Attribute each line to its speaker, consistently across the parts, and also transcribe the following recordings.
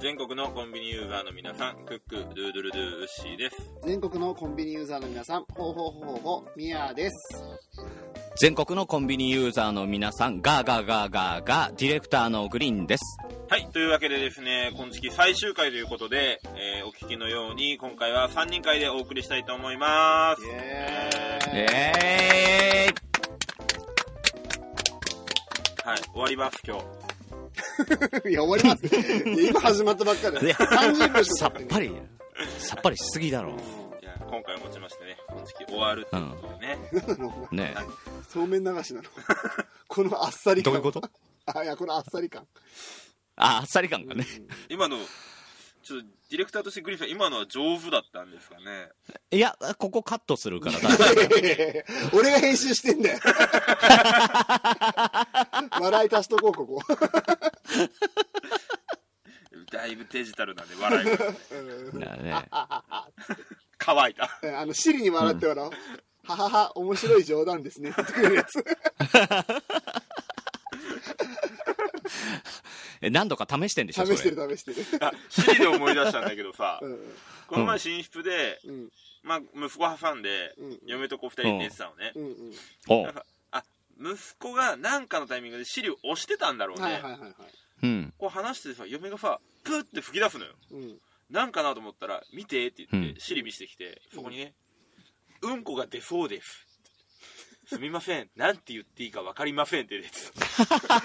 Speaker 1: 全国のコンビニユーザーの皆さん、クック、ドゥードゥルドゥウッシーです。
Speaker 2: 全国のコンビニユーザーの皆さん、ほうほうほうほう、ミヤです。
Speaker 3: 全国のコンビニユーザーの皆さん、ガーガーガーガーガー、ディレクターのグリーンです。
Speaker 1: はい、というわけでですね、今時期最終回ということで、えーお聞きのように、今回は3人会でお送りしたいと思います。
Speaker 2: イエーイ
Speaker 3: えー
Speaker 1: はい、終わります、今日。
Speaker 2: いや、終わります。いや今始まったばっかり
Speaker 3: い
Speaker 2: で
Speaker 3: や
Speaker 2: す。30分し
Speaker 3: さ
Speaker 2: か
Speaker 3: っ
Speaker 2: 経ってない
Speaker 3: ぱり、さっぱりしすぎだろ。
Speaker 1: いや、今回をもちましてね、今時期終わるということでね。
Speaker 3: ね
Speaker 2: そうめん流しなの。このあっさり
Speaker 3: え。
Speaker 2: 感。
Speaker 3: どういうこと
Speaker 2: あ、いや、このあっさり感。
Speaker 3: あ、あっさり感がね。
Speaker 1: 今の、ちょっとディレクターとしてグリーンさん、今のは上手だったんですかね。
Speaker 3: いや、ここカットするから だ。
Speaker 2: 俺が編集してんだよ。 笑い足しとこう、ここ。
Speaker 1: だいぶデジタルなんで笑いが
Speaker 2: うん
Speaker 3: だね。
Speaker 1: 乾いた。
Speaker 2: あの、シリに笑って笑おう。ははは、面白い冗談 ですね。ってくれるやつ。
Speaker 3: え何度か試してんでしょ、
Speaker 2: 試し
Speaker 3: そ
Speaker 2: て
Speaker 3: れ。
Speaker 2: る、試してる。
Speaker 1: あ、シリで思い出したんだけどさ
Speaker 2: う、ん。
Speaker 1: この前寝室で、
Speaker 2: うん。
Speaker 1: まあ、息子挟んで、
Speaker 2: うん
Speaker 1: 嫁とこう二人で寝てたのね。
Speaker 2: うん。うん。
Speaker 3: お
Speaker 1: なん
Speaker 3: う。
Speaker 1: か あ、息子がなんかのタイミングでシリを押してたんだろうね。
Speaker 2: はいはいはいはい。
Speaker 3: うん。
Speaker 1: こう話しててさ、嫁がさ、プーって吹き出すのよ。
Speaker 2: うん。
Speaker 1: なんかなと思ったら、見てって言っ
Speaker 3: うん
Speaker 1: て、シリ見せてきて、そこにね、うんこが出そうです。すみま せん。なんて言っていいかわかりませんって出て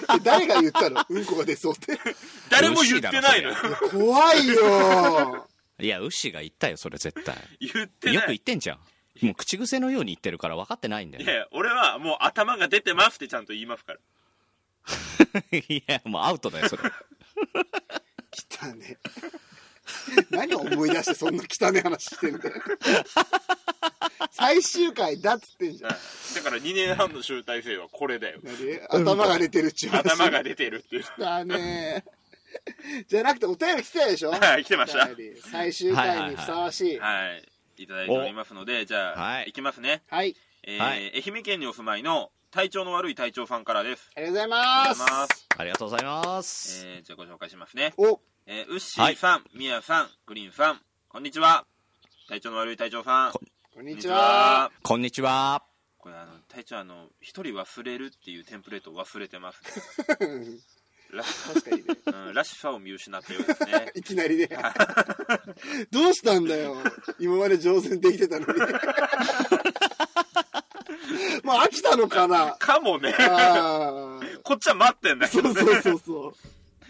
Speaker 1: た。
Speaker 2: え誰が言ったのうんこが出そうって。
Speaker 1: 誰も言ってないのよ。
Speaker 2: 怖いよ
Speaker 3: いや、ウッシーが言ったよ、それ絶対。
Speaker 1: 言って
Speaker 3: よく
Speaker 1: な
Speaker 3: 言っ
Speaker 1: い。
Speaker 3: てんじゃん。もう口癖のように言ってるから分かってないんだ
Speaker 1: い
Speaker 3: よ
Speaker 1: やい。や、俺はもう頭が出てますってちゃんと言いますから。
Speaker 3: いや、もうアウトだよ、それ。
Speaker 2: 来たね。何を思い出してそんな汚い話してんだよ。最終回だっつってんじゃん。
Speaker 1: だから2年半の集大成はこれだよ。
Speaker 2: 何頭が出てるっちゅう話。
Speaker 1: 頭が出てる っていう。
Speaker 2: だね。じゃなくてお便り来てたでしょ
Speaker 1: はい、来てました
Speaker 2: お。便り最終回にふさわしい。はい。
Speaker 1: はい。いただいておりますので、じゃあ、、
Speaker 3: はいい
Speaker 1: きますね。えー
Speaker 3: はい
Speaker 1: 愛媛県にお住まいの体調の悪い隊長さんからです。
Speaker 2: ありがとうござい
Speaker 1: あ
Speaker 2: ます。
Speaker 1: ます。
Speaker 3: ありがとうございます。
Speaker 1: えー、じゃあご紹介しますね。
Speaker 2: お、
Speaker 1: えー、ウッシーさん、ミヤさん、グリーンさん、こんにちは。体調の悪い隊長さん。こ
Speaker 3: こ
Speaker 2: こんにちは。。
Speaker 3: こんにちは。
Speaker 1: これあの、隊長あの、一人忘れるっていうテンプレートを忘れてます、ね。 ら
Speaker 2: 確かにね。
Speaker 1: うん、らしさを見失ったようです ね。
Speaker 2: いきなりね。どうしたんだよ。今まで上手にできてたのに。 もう飽きたのかな。
Speaker 1: かもね。
Speaker 2: ああ。
Speaker 1: こっちは待ってんだけ
Speaker 2: そ
Speaker 1: ど
Speaker 2: う
Speaker 1: ね。
Speaker 2: そうそうそう。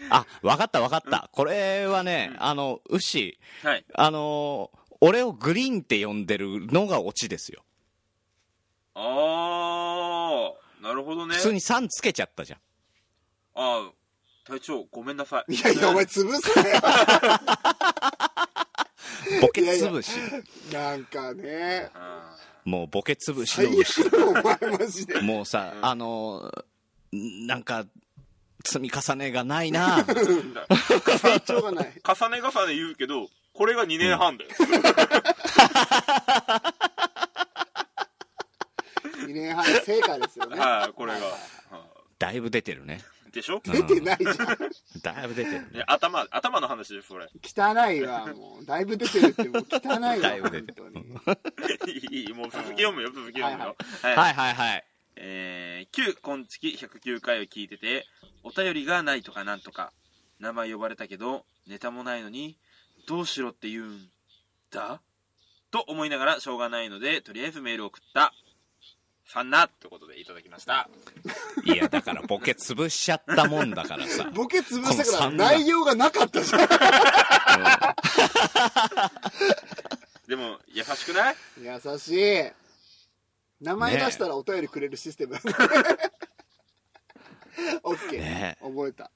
Speaker 3: あ、わかったわかった。これはね、あの、ウッシー、
Speaker 1: はい。
Speaker 3: あのー俺をグリーンって呼んでるのがオチですよ。
Speaker 1: あー、なるほどね
Speaker 3: 普。通に3つけちゃったじゃん。
Speaker 1: あー、隊長、ごめんなさい。
Speaker 2: いやいや、お前潰すなよ。
Speaker 3: ボケつぶし。
Speaker 2: なんかね。
Speaker 1: あ
Speaker 3: もうボケつぶし
Speaker 2: 最
Speaker 3: のウッシ
Speaker 2: 悪だよ、お前マジで
Speaker 3: ー。。もうさ、あのーなんか、積み重ねがな いな
Speaker 1: ーだ
Speaker 2: 成長がない。
Speaker 1: 重ね重ね言うけど、これが2年半だよ。
Speaker 2: 2年半の成果ですよね。
Speaker 1: はい、これが。は
Speaker 3: だいぶ出てるね。
Speaker 1: いでしょ
Speaker 2: 出てないじ
Speaker 3: だいぶ出てる
Speaker 1: い
Speaker 3: ね
Speaker 1: や。頭、頭の話です、それ。
Speaker 2: ゃん。汚いわ、もう。だいぶ出てるって、もう汚いわ
Speaker 3: だい、ぶ出
Speaker 2: 本
Speaker 3: て
Speaker 2: 当に。
Speaker 1: いいいい、もう続き読むよ、続き読むよ。はい
Speaker 3: はいはいはい。
Speaker 1: えー、旧今月109回を聞いてて、お便りがないとかなんとか、名前呼ばれたけど、ネタもないのに、どうしろって言うんだと思いながらしょうがないので、とりあえずメールを送った。さんなってことでいただきました。
Speaker 3: いや、だからボケ潰しちゃったもんだか らさ。
Speaker 2: ボケ潰したか
Speaker 3: こ
Speaker 2: ら
Speaker 3: の三が
Speaker 2: 内容がなかったじゃ
Speaker 1: でも、優しくない
Speaker 2: ん。優しい。名前出したらお便りくれるシステムだね。オッケー
Speaker 3: ね。
Speaker 2: 覚えた。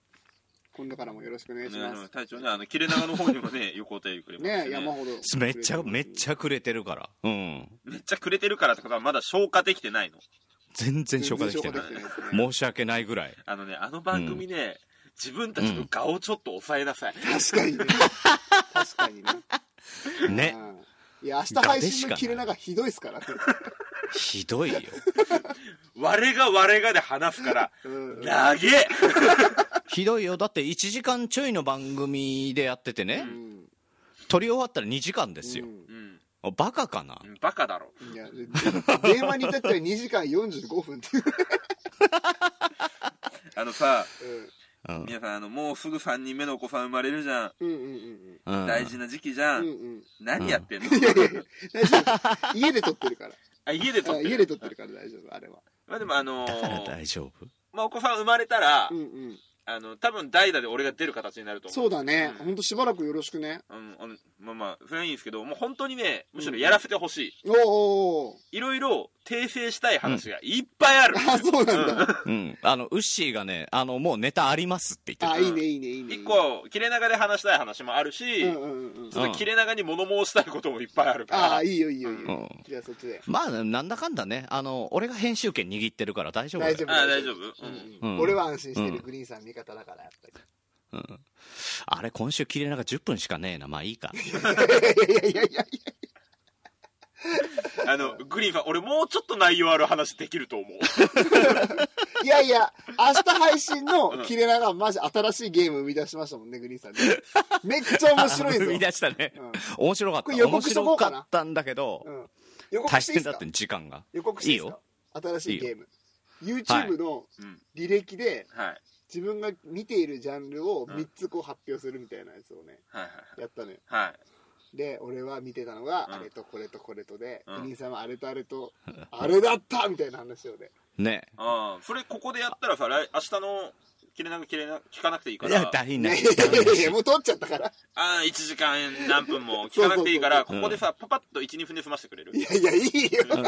Speaker 2: 今度からもよろしくお願いしま
Speaker 1: ね
Speaker 2: す。
Speaker 1: 隊長ね、あの、切れ長の方にも ね、よくお便りくれました
Speaker 2: ね山ほど。
Speaker 3: めっちゃ、めっちゃくれてるから。うん。
Speaker 1: めっちゃくれてるからってことはまだ消化できてないの。
Speaker 3: 全然消化できてない
Speaker 2: 全然消化できてないですね
Speaker 3: 申し訳ないぐらい
Speaker 1: あのね、あの番組ね、自分たちの顔をちょっと抑えなさい。
Speaker 2: 確かにね確かにね
Speaker 3: ね
Speaker 2: うんいや明日配信の切れ長ひどいですからね
Speaker 3: ひどいよ
Speaker 1: 我が我がで話すから、
Speaker 2: うん
Speaker 1: 長え
Speaker 3: ひどいよだって1時間ちょいの番組でやっててね、
Speaker 2: うん
Speaker 3: 撮り終わったら2時間ですよ、
Speaker 2: う
Speaker 1: うん、
Speaker 3: バカかな、
Speaker 1: うんバカだろ。
Speaker 2: んいやで電話に至っては2時間45分っていう
Speaker 1: あのさ、
Speaker 3: うん
Speaker 1: 皆さん、あの、もうすぐ3人目のお子さん生まれるじゃん。
Speaker 2: うんうんうん
Speaker 3: うん
Speaker 1: 大事な時期じゃ。
Speaker 2: うんうんん
Speaker 1: 何やってんの、
Speaker 2: 大丈夫家で撮ってるから
Speaker 1: あ、家で撮っ
Speaker 2: あ
Speaker 1: てる。
Speaker 2: 家で撮ってるから大丈夫あれは
Speaker 1: まあでも、あのー
Speaker 3: だから大丈夫
Speaker 1: まあ、お子さん生まれたら、
Speaker 2: うんうん
Speaker 1: あの、多分代打で俺が出る形になると思う。
Speaker 2: そうだね
Speaker 1: うん
Speaker 2: ほんとしばらくよろしくね
Speaker 1: うん、あのまあまあ、それはいいんですけど、もう本当にね、むしろやらせてほしい。
Speaker 2: おーおーおー
Speaker 1: いろいろ訂正したい話がいっぱいある。
Speaker 2: あそうなんだ
Speaker 3: うんあのウッシーがねあのもうネタありますって言っ
Speaker 2: あ
Speaker 3: て
Speaker 2: いいねいいねいいね
Speaker 1: 一個、切れ長で話したい話もあるし、
Speaker 2: うんうんうんうん
Speaker 1: ちょっと切れ長に物申したいこともいっぱいあるから。
Speaker 2: ああいいよいいよいいよ
Speaker 3: うん
Speaker 2: じゃあそっちで
Speaker 3: たまあなんだかんだねあの俺が編集権握ってるから大丈夫だ
Speaker 2: 大
Speaker 3: よ
Speaker 2: 丈夫
Speaker 1: あ大丈夫うん
Speaker 2: うんうん
Speaker 3: うん
Speaker 2: 俺は安心してる
Speaker 3: うん
Speaker 2: グリーンさん味方だからやっぱり
Speaker 3: うんあれ今週切れ長10分しかねえなまあいいか
Speaker 2: いやいやいやいや
Speaker 1: あの、グリーンさん、俺もうちょっと内容ある話できると思う。
Speaker 2: いやいや、明日配信の切れ長、マジ新しいゲーム生み出しましたもんね、グリーンさんね。めっちゃ面白いぞ。
Speaker 3: 生み出したね、面白かっ
Speaker 2: こ
Speaker 3: た
Speaker 2: れ予
Speaker 3: 面
Speaker 2: 告しとこ
Speaker 3: 白
Speaker 2: うかな
Speaker 3: かったんだけど、
Speaker 2: うん、予告
Speaker 3: 大
Speaker 2: していい
Speaker 3: 変
Speaker 2: で
Speaker 3: だ
Speaker 2: す
Speaker 3: っ
Speaker 2: か
Speaker 3: て時間が
Speaker 2: 予告していいですか新しいゲーム。YouTube の
Speaker 1: うん。
Speaker 2: 履歴で
Speaker 1: はい。はい
Speaker 2: 自分が見ているジャンルを3つこう発表するみたいなやつをね、
Speaker 1: はい
Speaker 2: やったのよ。
Speaker 1: はい。はい。
Speaker 2: で、俺は見てたの
Speaker 1: うん
Speaker 2: が、あれとこれとこれとで、
Speaker 1: うん
Speaker 2: グリーンさんはあれとあれと、あれだったみたいな話をね。
Speaker 3: ね
Speaker 1: ああ、それここでやったらさ、来明日の切れ長切れ長聞かなくていいか
Speaker 3: いや
Speaker 1: ら。
Speaker 3: 大変
Speaker 2: いや
Speaker 3: ない
Speaker 2: やいやいや、もう撮っちゃったから。
Speaker 1: ああ、1時間何分も聞かなくていいから、
Speaker 3: そうそうそう
Speaker 1: ここでさ、パパッと1、2分で済ませてくれる
Speaker 2: い。やいや、いいよ。
Speaker 3: うん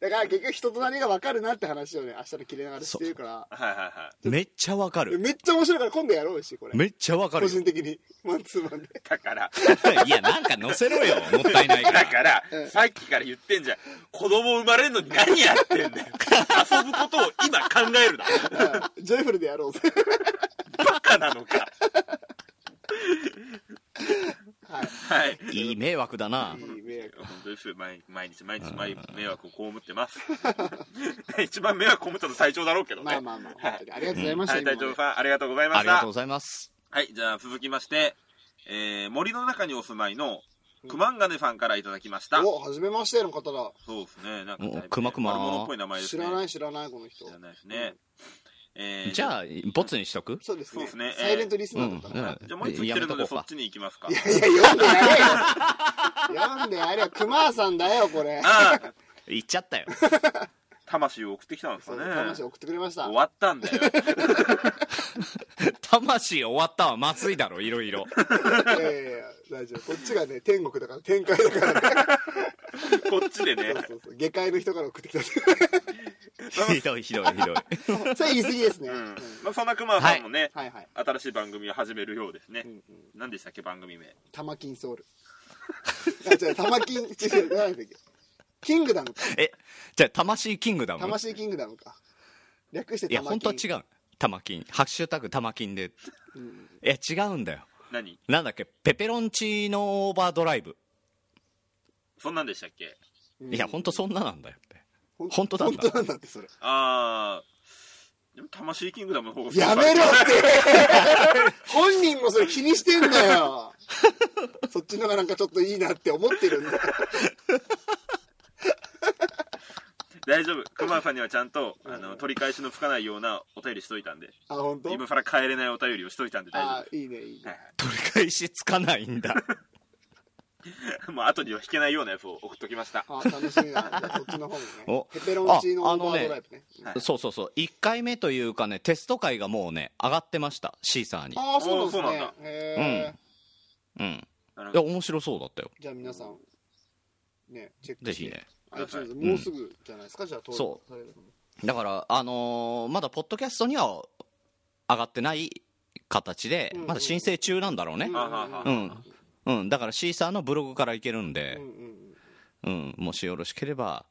Speaker 2: だから結局人となりが分かるなって話をね明日の切れながらしてるから
Speaker 1: はいはいは
Speaker 3: めっちゃわかる
Speaker 2: めっちゃ面白いから今度やろうしこれ
Speaker 3: めっちゃわか
Speaker 2: 個
Speaker 3: るよ
Speaker 2: 人的にマンツーマンで
Speaker 1: い。だから、
Speaker 3: いやなんか載せろよもったいないか
Speaker 1: だ
Speaker 3: ら
Speaker 1: から
Speaker 2: う、ん
Speaker 1: さっきから言ってんじゃん。子供生まれるのに何やってんだよ。遊ぶことを今考えるな。
Speaker 2: うんジョイフルでやろうぜ
Speaker 1: バカなのか。
Speaker 2: はい
Speaker 1: はい。
Speaker 3: いい迷惑だない
Speaker 2: い迷惑
Speaker 1: 本当です毎毎日毎日毎迷惑を被ってます 一番迷惑被ったの隊長だろうけどね、
Speaker 2: まあまあまあ本当にありがとうございました、
Speaker 1: はい隊
Speaker 2: 今ま
Speaker 1: 長
Speaker 2: で
Speaker 1: さんありがとうございま
Speaker 3: あ
Speaker 1: し
Speaker 3: りが
Speaker 1: た
Speaker 3: とうございます
Speaker 1: はいじゃあ続きまして、えー森の中にお住まいのくまんがねさんからいただきました、
Speaker 2: お初めましての方だ
Speaker 1: そうですねなんかだいぶね
Speaker 3: おくまくま
Speaker 1: 悪者っぽい名前です
Speaker 2: 知
Speaker 1: ね
Speaker 2: らないい知らないこの人
Speaker 1: 知らないですね、えー
Speaker 3: じゃあボツにしとく
Speaker 2: そうですね
Speaker 1: そうですねえー
Speaker 2: サイレントリス
Speaker 3: う
Speaker 2: ナ
Speaker 3: んう
Speaker 2: ー
Speaker 3: ん
Speaker 2: だったから、
Speaker 1: じゃあもう一つ来
Speaker 3: や
Speaker 1: てる
Speaker 3: め
Speaker 1: の
Speaker 3: と
Speaker 1: で
Speaker 3: こ
Speaker 1: そうっ
Speaker 3: か
Speaker 1: ちに行きますか
Speaker 2: い やいや読んでやれよ読んでやれよ熊さんだよこれ
Speaker 1: ああ
Speaker 3: 言っちゃったよ
Speaker 1: 魂を送ってきたんです
Speaker 2: そ
Speaker 1: か
Speaker 2: う
Speaker 1: ね
Speaker 2: 魂送ってくれました
Speaker 1: 終わったんだよ
Speaker 3: 魂終わったはまずいだろいろいろ
Speaker 2: いやいやいや大丈夫こっちがね天国だから天界だからね
Speaker 1: こっちでね
Speaker 2: そうそうそう下界の人から送ってきた
Speaker 3: ひどいひどいひどい
Speaker 2: それ言い過ぎですね、
Speaker 1: う
Speaker 2: うんん
Speaker 1: まあ、そんなくまさんもね、
Speaker 2: はいはい
Speaker 1: 新しい番組を始めるようですね
Speaker 2: う、んうん
Speaker 1: 何でしたっけ番組名
Speaker 2: 玉金ソウルあ違う玉金違う何だっけキングダムか
Speaker 3: えじゃあ魂キングダム
Speaker 2: 魂キングダムか略して
Speaker 3: いや
Speaker 2: 玉金
Speaker 3: 本当は違う玉金ハッシュタグ玉金で
Speaker 2: うんうん
Speaker 3: いや違うんだよ
Speaker 1: 何
Speaker 3: なんだっけペペロンチーノオーバードライブ
Speaker 1: そんなんでしたっけ
Speaker 2: うん
Speaker 3: いや本当そんななんだよって
Speaker 2: ほん
Speaker 3: 本当なんだ
Speaker 2: 本当なんだってそれ
Speaker 1: あーでも魂キングダムの方が
Speaker 2: やめろって 本人もそれ気にしてんだよそっちのがなんかちょっといいなって思ってるんだよ
Speaker 1: 大丈夫クマさんにはちゃんとあの取り返しのつかないようなお便りしといたんで
Speaker 2: あ本当
Speaker 1: 今から帰れないお便りをしといたんで大丈
Speaker 2: あいいねいいね
Speaker 3: 取り返しつかないんだ
Speaker 1: 夫もう後には引けないようなやつを送っときました
Speaker 2: あ楽しみだじゃあそっちの方もね
Speaker 3: お
Speaker 2: ペペロンチーノ
Speaker 3: あ
Speaker 2: オ
Speaker 3: あ
Speaker 2: ーバ
Speaker 3: のね
Speaker 2: ードライブね
Speaker 1: はい
Speaker 3: そうそうそう1回目というかねテスト会がもうね上がってましたシーサーに
Speaker 2: ああそうなんです
Speaker 1: おーそうなん
Speaker 2: ねへえ
Speaker 3: うん
Speaker 1: あ
Speaker 3: いや
Speaker 1: の
Speaker 3: 面白そうだったよ
Speaker 2: じゃあ皆さんねチェック
Speaker 3: ぜ
Speaker 2: して
Speaker 3: ひね
Speaker 2: あそうです
Speaker 1: う
Speaker 2: もうすぐじゃないですか、じゃあ登録
Speaker 3: そう
Speaker 2: されるのも
Speaker 3: だからあのーまだポッドキャストには上がってない形で
Speaker 2: うんうん
Speaker 3: まだ申請中なんだろうね
Speaker 2: うん
Speaker 1: あはは
Speaker 3: うん、うんだからシーサーのブログから行けるんで
Speaker 2: うんうんうん
Speaker 3: うん、もしよろしければ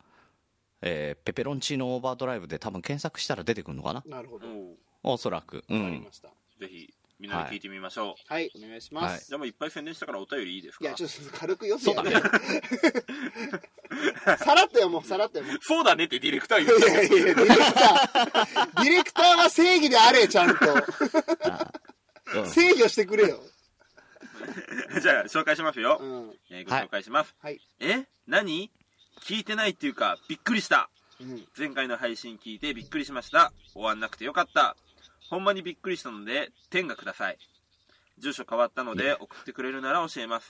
Speaker 3: えーペペロンチーノオーバードライブで多分検索したら出てくるのかな
Speaker 2: なるほど。わか
Speaker 1: おう
Speaker 3: おそらく。う
Speaker 2: り
Speaker 3: ん
Speaker 2: ま。した。
Speaker 1: ぜひみんなで聞いてみましょう、
Speaker 2: はい、お願いしま
Speaker 3: はい
Speaker 2: す。
Speaker 1: じゃあもういっぱい宣伝したからお便りいいです
Speaker 2: い
Speaker 1: か
Speaker 2: や、ちょっと軽く読
Speaker 3: そうだ
Speaker 2: め
Speaker 3: ね
Speaker 2: よ。。さらっと読もう、さらっと読もう。
Speaker 1: そうだねってディレクター言
Speaker 2: い
Speaker 1: っ
Speaker 2: や
Speaker 1: て
Speaker 2: いやいや ディレクター、ディレクターは正義であれ、ちゃんと。
Speaker 3: うん
Speaker 2: 制御してくれよ。
Speaker 1: る じゃあ紹介しますよ、
Speaker 2: うん。
Speaker 1: えーご紹介します、
Speaker 2: はい。
Speaker 1: え何聞いてないっていうかびっくりした
Speaker 2: うん。
Speaker 1: 前回の配信聞いてびっくりしました終わんなくてよかったほんまにびっくりしたので天がください住所変わったので送ってくれるなら教えます